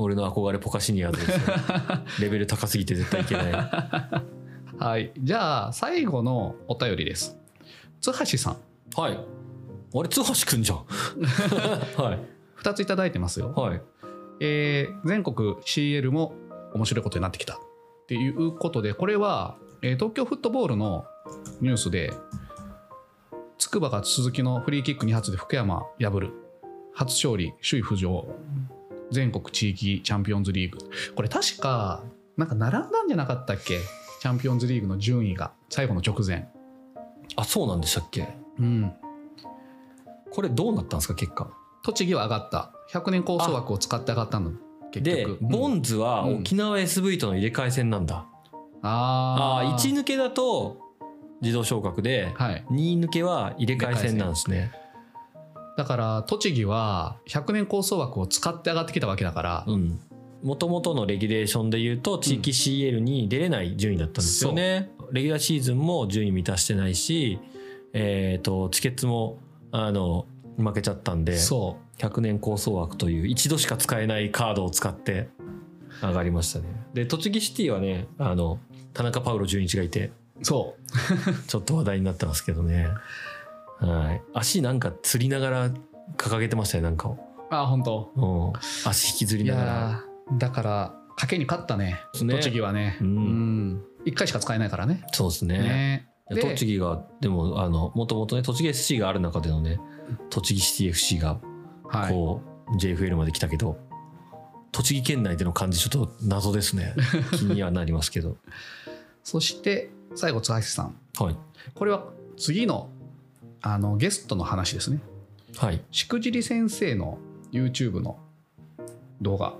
Speaker 1: 俺の憧れポカシニア ズですよレベル高すぎて絶対いけない
Speaker 2: はいじゃあ最後のお便りです津橋さん
Speaker 1: はいあれ津橋くん じゃんはい
Speaker 2: 2ついただいてますよ
Speaker 1: はい
Speaker 2: えー全国 CL も面白いことになってきたっていうことでこれは、えー東京フットボールのニュースで筑波が鈴木のフリーキック2発で福山破る初勝利首位浮上全国地域チャンピオンズリーグこれ確かなんか並んだんじゃなかったっけチャンピオンズリーグの順位が最後の直前
Speaker 1: あそうなんでしたっけ
Speaker 2: うん
Speaker 1: これどうなったんですか結果
Speaker 2: 栃木は上がった100年構想枠を使って上がったの結
Speaker 1: で
Speaker 2: 局
Speaker 1: ボ
Speaker 2: ン
Speaker 1: ンズは沖縄 SV との入れ替え戦なんだ、あ
Speaker 2: あ
Speaker 1: あ
Speaker 2: ー
Speaker 1: 1抜けだと自動昇格で、
Speaker 2: はい
Speaker 1: 2抜けは入れ替え戦なんですね。
Speaker 2: だから栃木は100年構想枠を使って上がってきたわけだから、
Speaker 1: うん。もともとのレギュレーションで言うと地域 CL に出れない順位だったんですよね。レギュラーシーズンも順位満たしてないし、えっ、と、チケッツも、あの、負けちゃったんで、
Speaker 2: そ
Speaker 1: 100年構想枠という一度しか使えないカードを使って上がりましたね。で、栃木シティはね、あの、田中パウロ純一がいて、
Speaker 2: うそう
Speaker 1: ちょっと話題になってますけどね。はい。足なんか釣りながら掲げてましたよ、なんかを。
Speaker 2: あ本当
Speaker 1: うん、足引きずり
Speaker 2: い
Speaker 1: ながら。
Speaker 2: やーだから賭けに勝ったね
Speaker 1: ね
Speaker 2: 栃木はね
Speaker 1: うん
Speaker 2: ん1回しか使えないからね。
Speaker 1: そうですね
Speaker 2: ね
Speaker 1: い
Speaker 2: で
Speaker 1: や栃木がでもあのもともとね栃木 SC がある中でのね栃木シティ FC が
Speaker 2: はい、
Speaker 1: こう、JFL まで来たけど栃木県内での感じちょっと謎です ね気にはなりますけど
Speaker 2: そして最後津橋さん
Speaker 1: はい
Speaker 2: これは次のあのゲストの話ですね
Speaker 1: はい
Speaker 2: しくじり先生の YouTube の 動画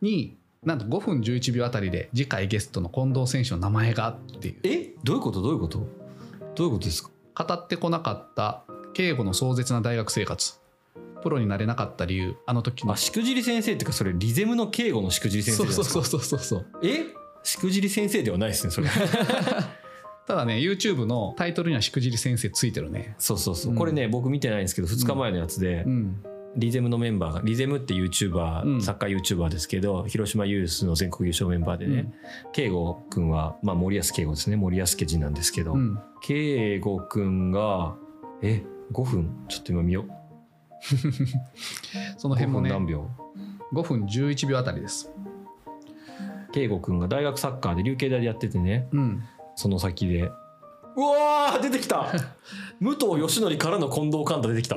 Speaker 2: になんと5分11秒あたりで次回ゲストの近藤選手の名前がっていう
Speaker 1: えどういうことどういうことどういうことですか
Speaker 2: 語ってこなかった敬語の壮絶な大学生活プロになれなかった理由あの時の
Speaker 1: あしくじり先生っていうかそれリゼムの敬語のしくじり先生
Speaker 2: そ
Speaker 1: じ
Speaker 2: う
Speaker 1: ゃない
Speaker 2: そう
Speaker 1: ですか
Speaker 2: そうそうそうそう
Speaker 1: えしくじり先生ではないですねそ れ
Speaker 2: ただね YouTube のタイトルにはしくじり先生ついてるね
Speaker 1: そうそうそう、
Speaker 2: うん
Speaker 1: これね僕見てないんですけど2日前のやつで、
Speaker 2: うん
Speaker 1: リゼムのメンバーがリゼムって YouTuber、
Speaker 2: うん
Speaker 1: サッカー YouTuber ですけど広島ユースの全国優勝メンバーでね、圭吾君は、まあ、森保圭吾ですね森保家人なんですけど、
Speaker 2: うん
Speaker 1: 圭吾君がえ5分ちょっと今見よう
Speaker 2: その
Speaker 1: 5
Speaker 2: 辺も
Speaker 1: 分
Speaker 2: ね
Speaker 1: 何秒
Speaker 2: 5分11秒あたりです
Speaker 1: 圭吾君が大学サッカーで琉球大でやっててね
Speaker 2: うん
Speaker 1: その先でうわー出てきた 武藤義則からの近藤寛太出てきた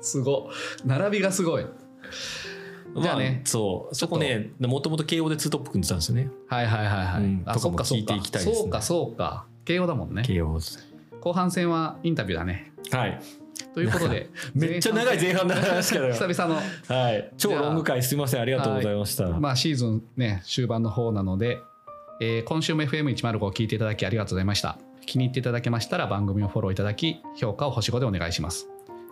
Speaker 2: すごい並びがすごい じゃあね
Speaker 1: まあそうそこねもともと慶応でツートップ組んでたんですよね
Speaker 2: はいはいはいはい、
Speaker 1: うんと
Speaker 2: あ
Speaker 1: か
Speaker 2: そっ
Speaker 1: も
Speaker 2: かそ
Speaker 1: 聞
Speaker 2: っ
Speaker 1: いて
Speaker 2: か
Speaker 1: いきたいですね
Speaker 2: そうかそうか慶応だもんね
Speaker 1: 慶応
Speaker 2: 後半戦はインタビューだね
Speaker 1: はい
Speaker 2: ということで
Speaker 1: めっちゃ長い前半の話から
Speaker 2: 久々の
Speaker 1: はい、超ロング回すみませんありがとうございました。
Speaker 2: まあ、シーズンね終盤の方なので、えー今週も FM105 を聞いていただきありがとうございました気に入っていただけましたら番組をフォローいただき評価を星5でお願いします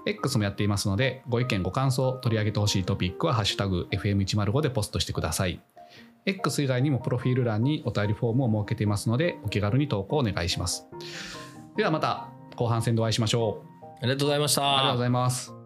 Speaker 2: X もやっていますのでご意見ご感想取り上げてほしいトピックは「ハッシュタグ #FM105」でポストしてください X 以外にもプロフィール欄にお便りフォームを設けていますのでお気軽に投稿お願いしますではまた後半戦でお会いしましょう
Speaker 1: ありがとうございまし
Speaker 2: ありがと
Speaker 1: た
Speaker 2: うご。ざいます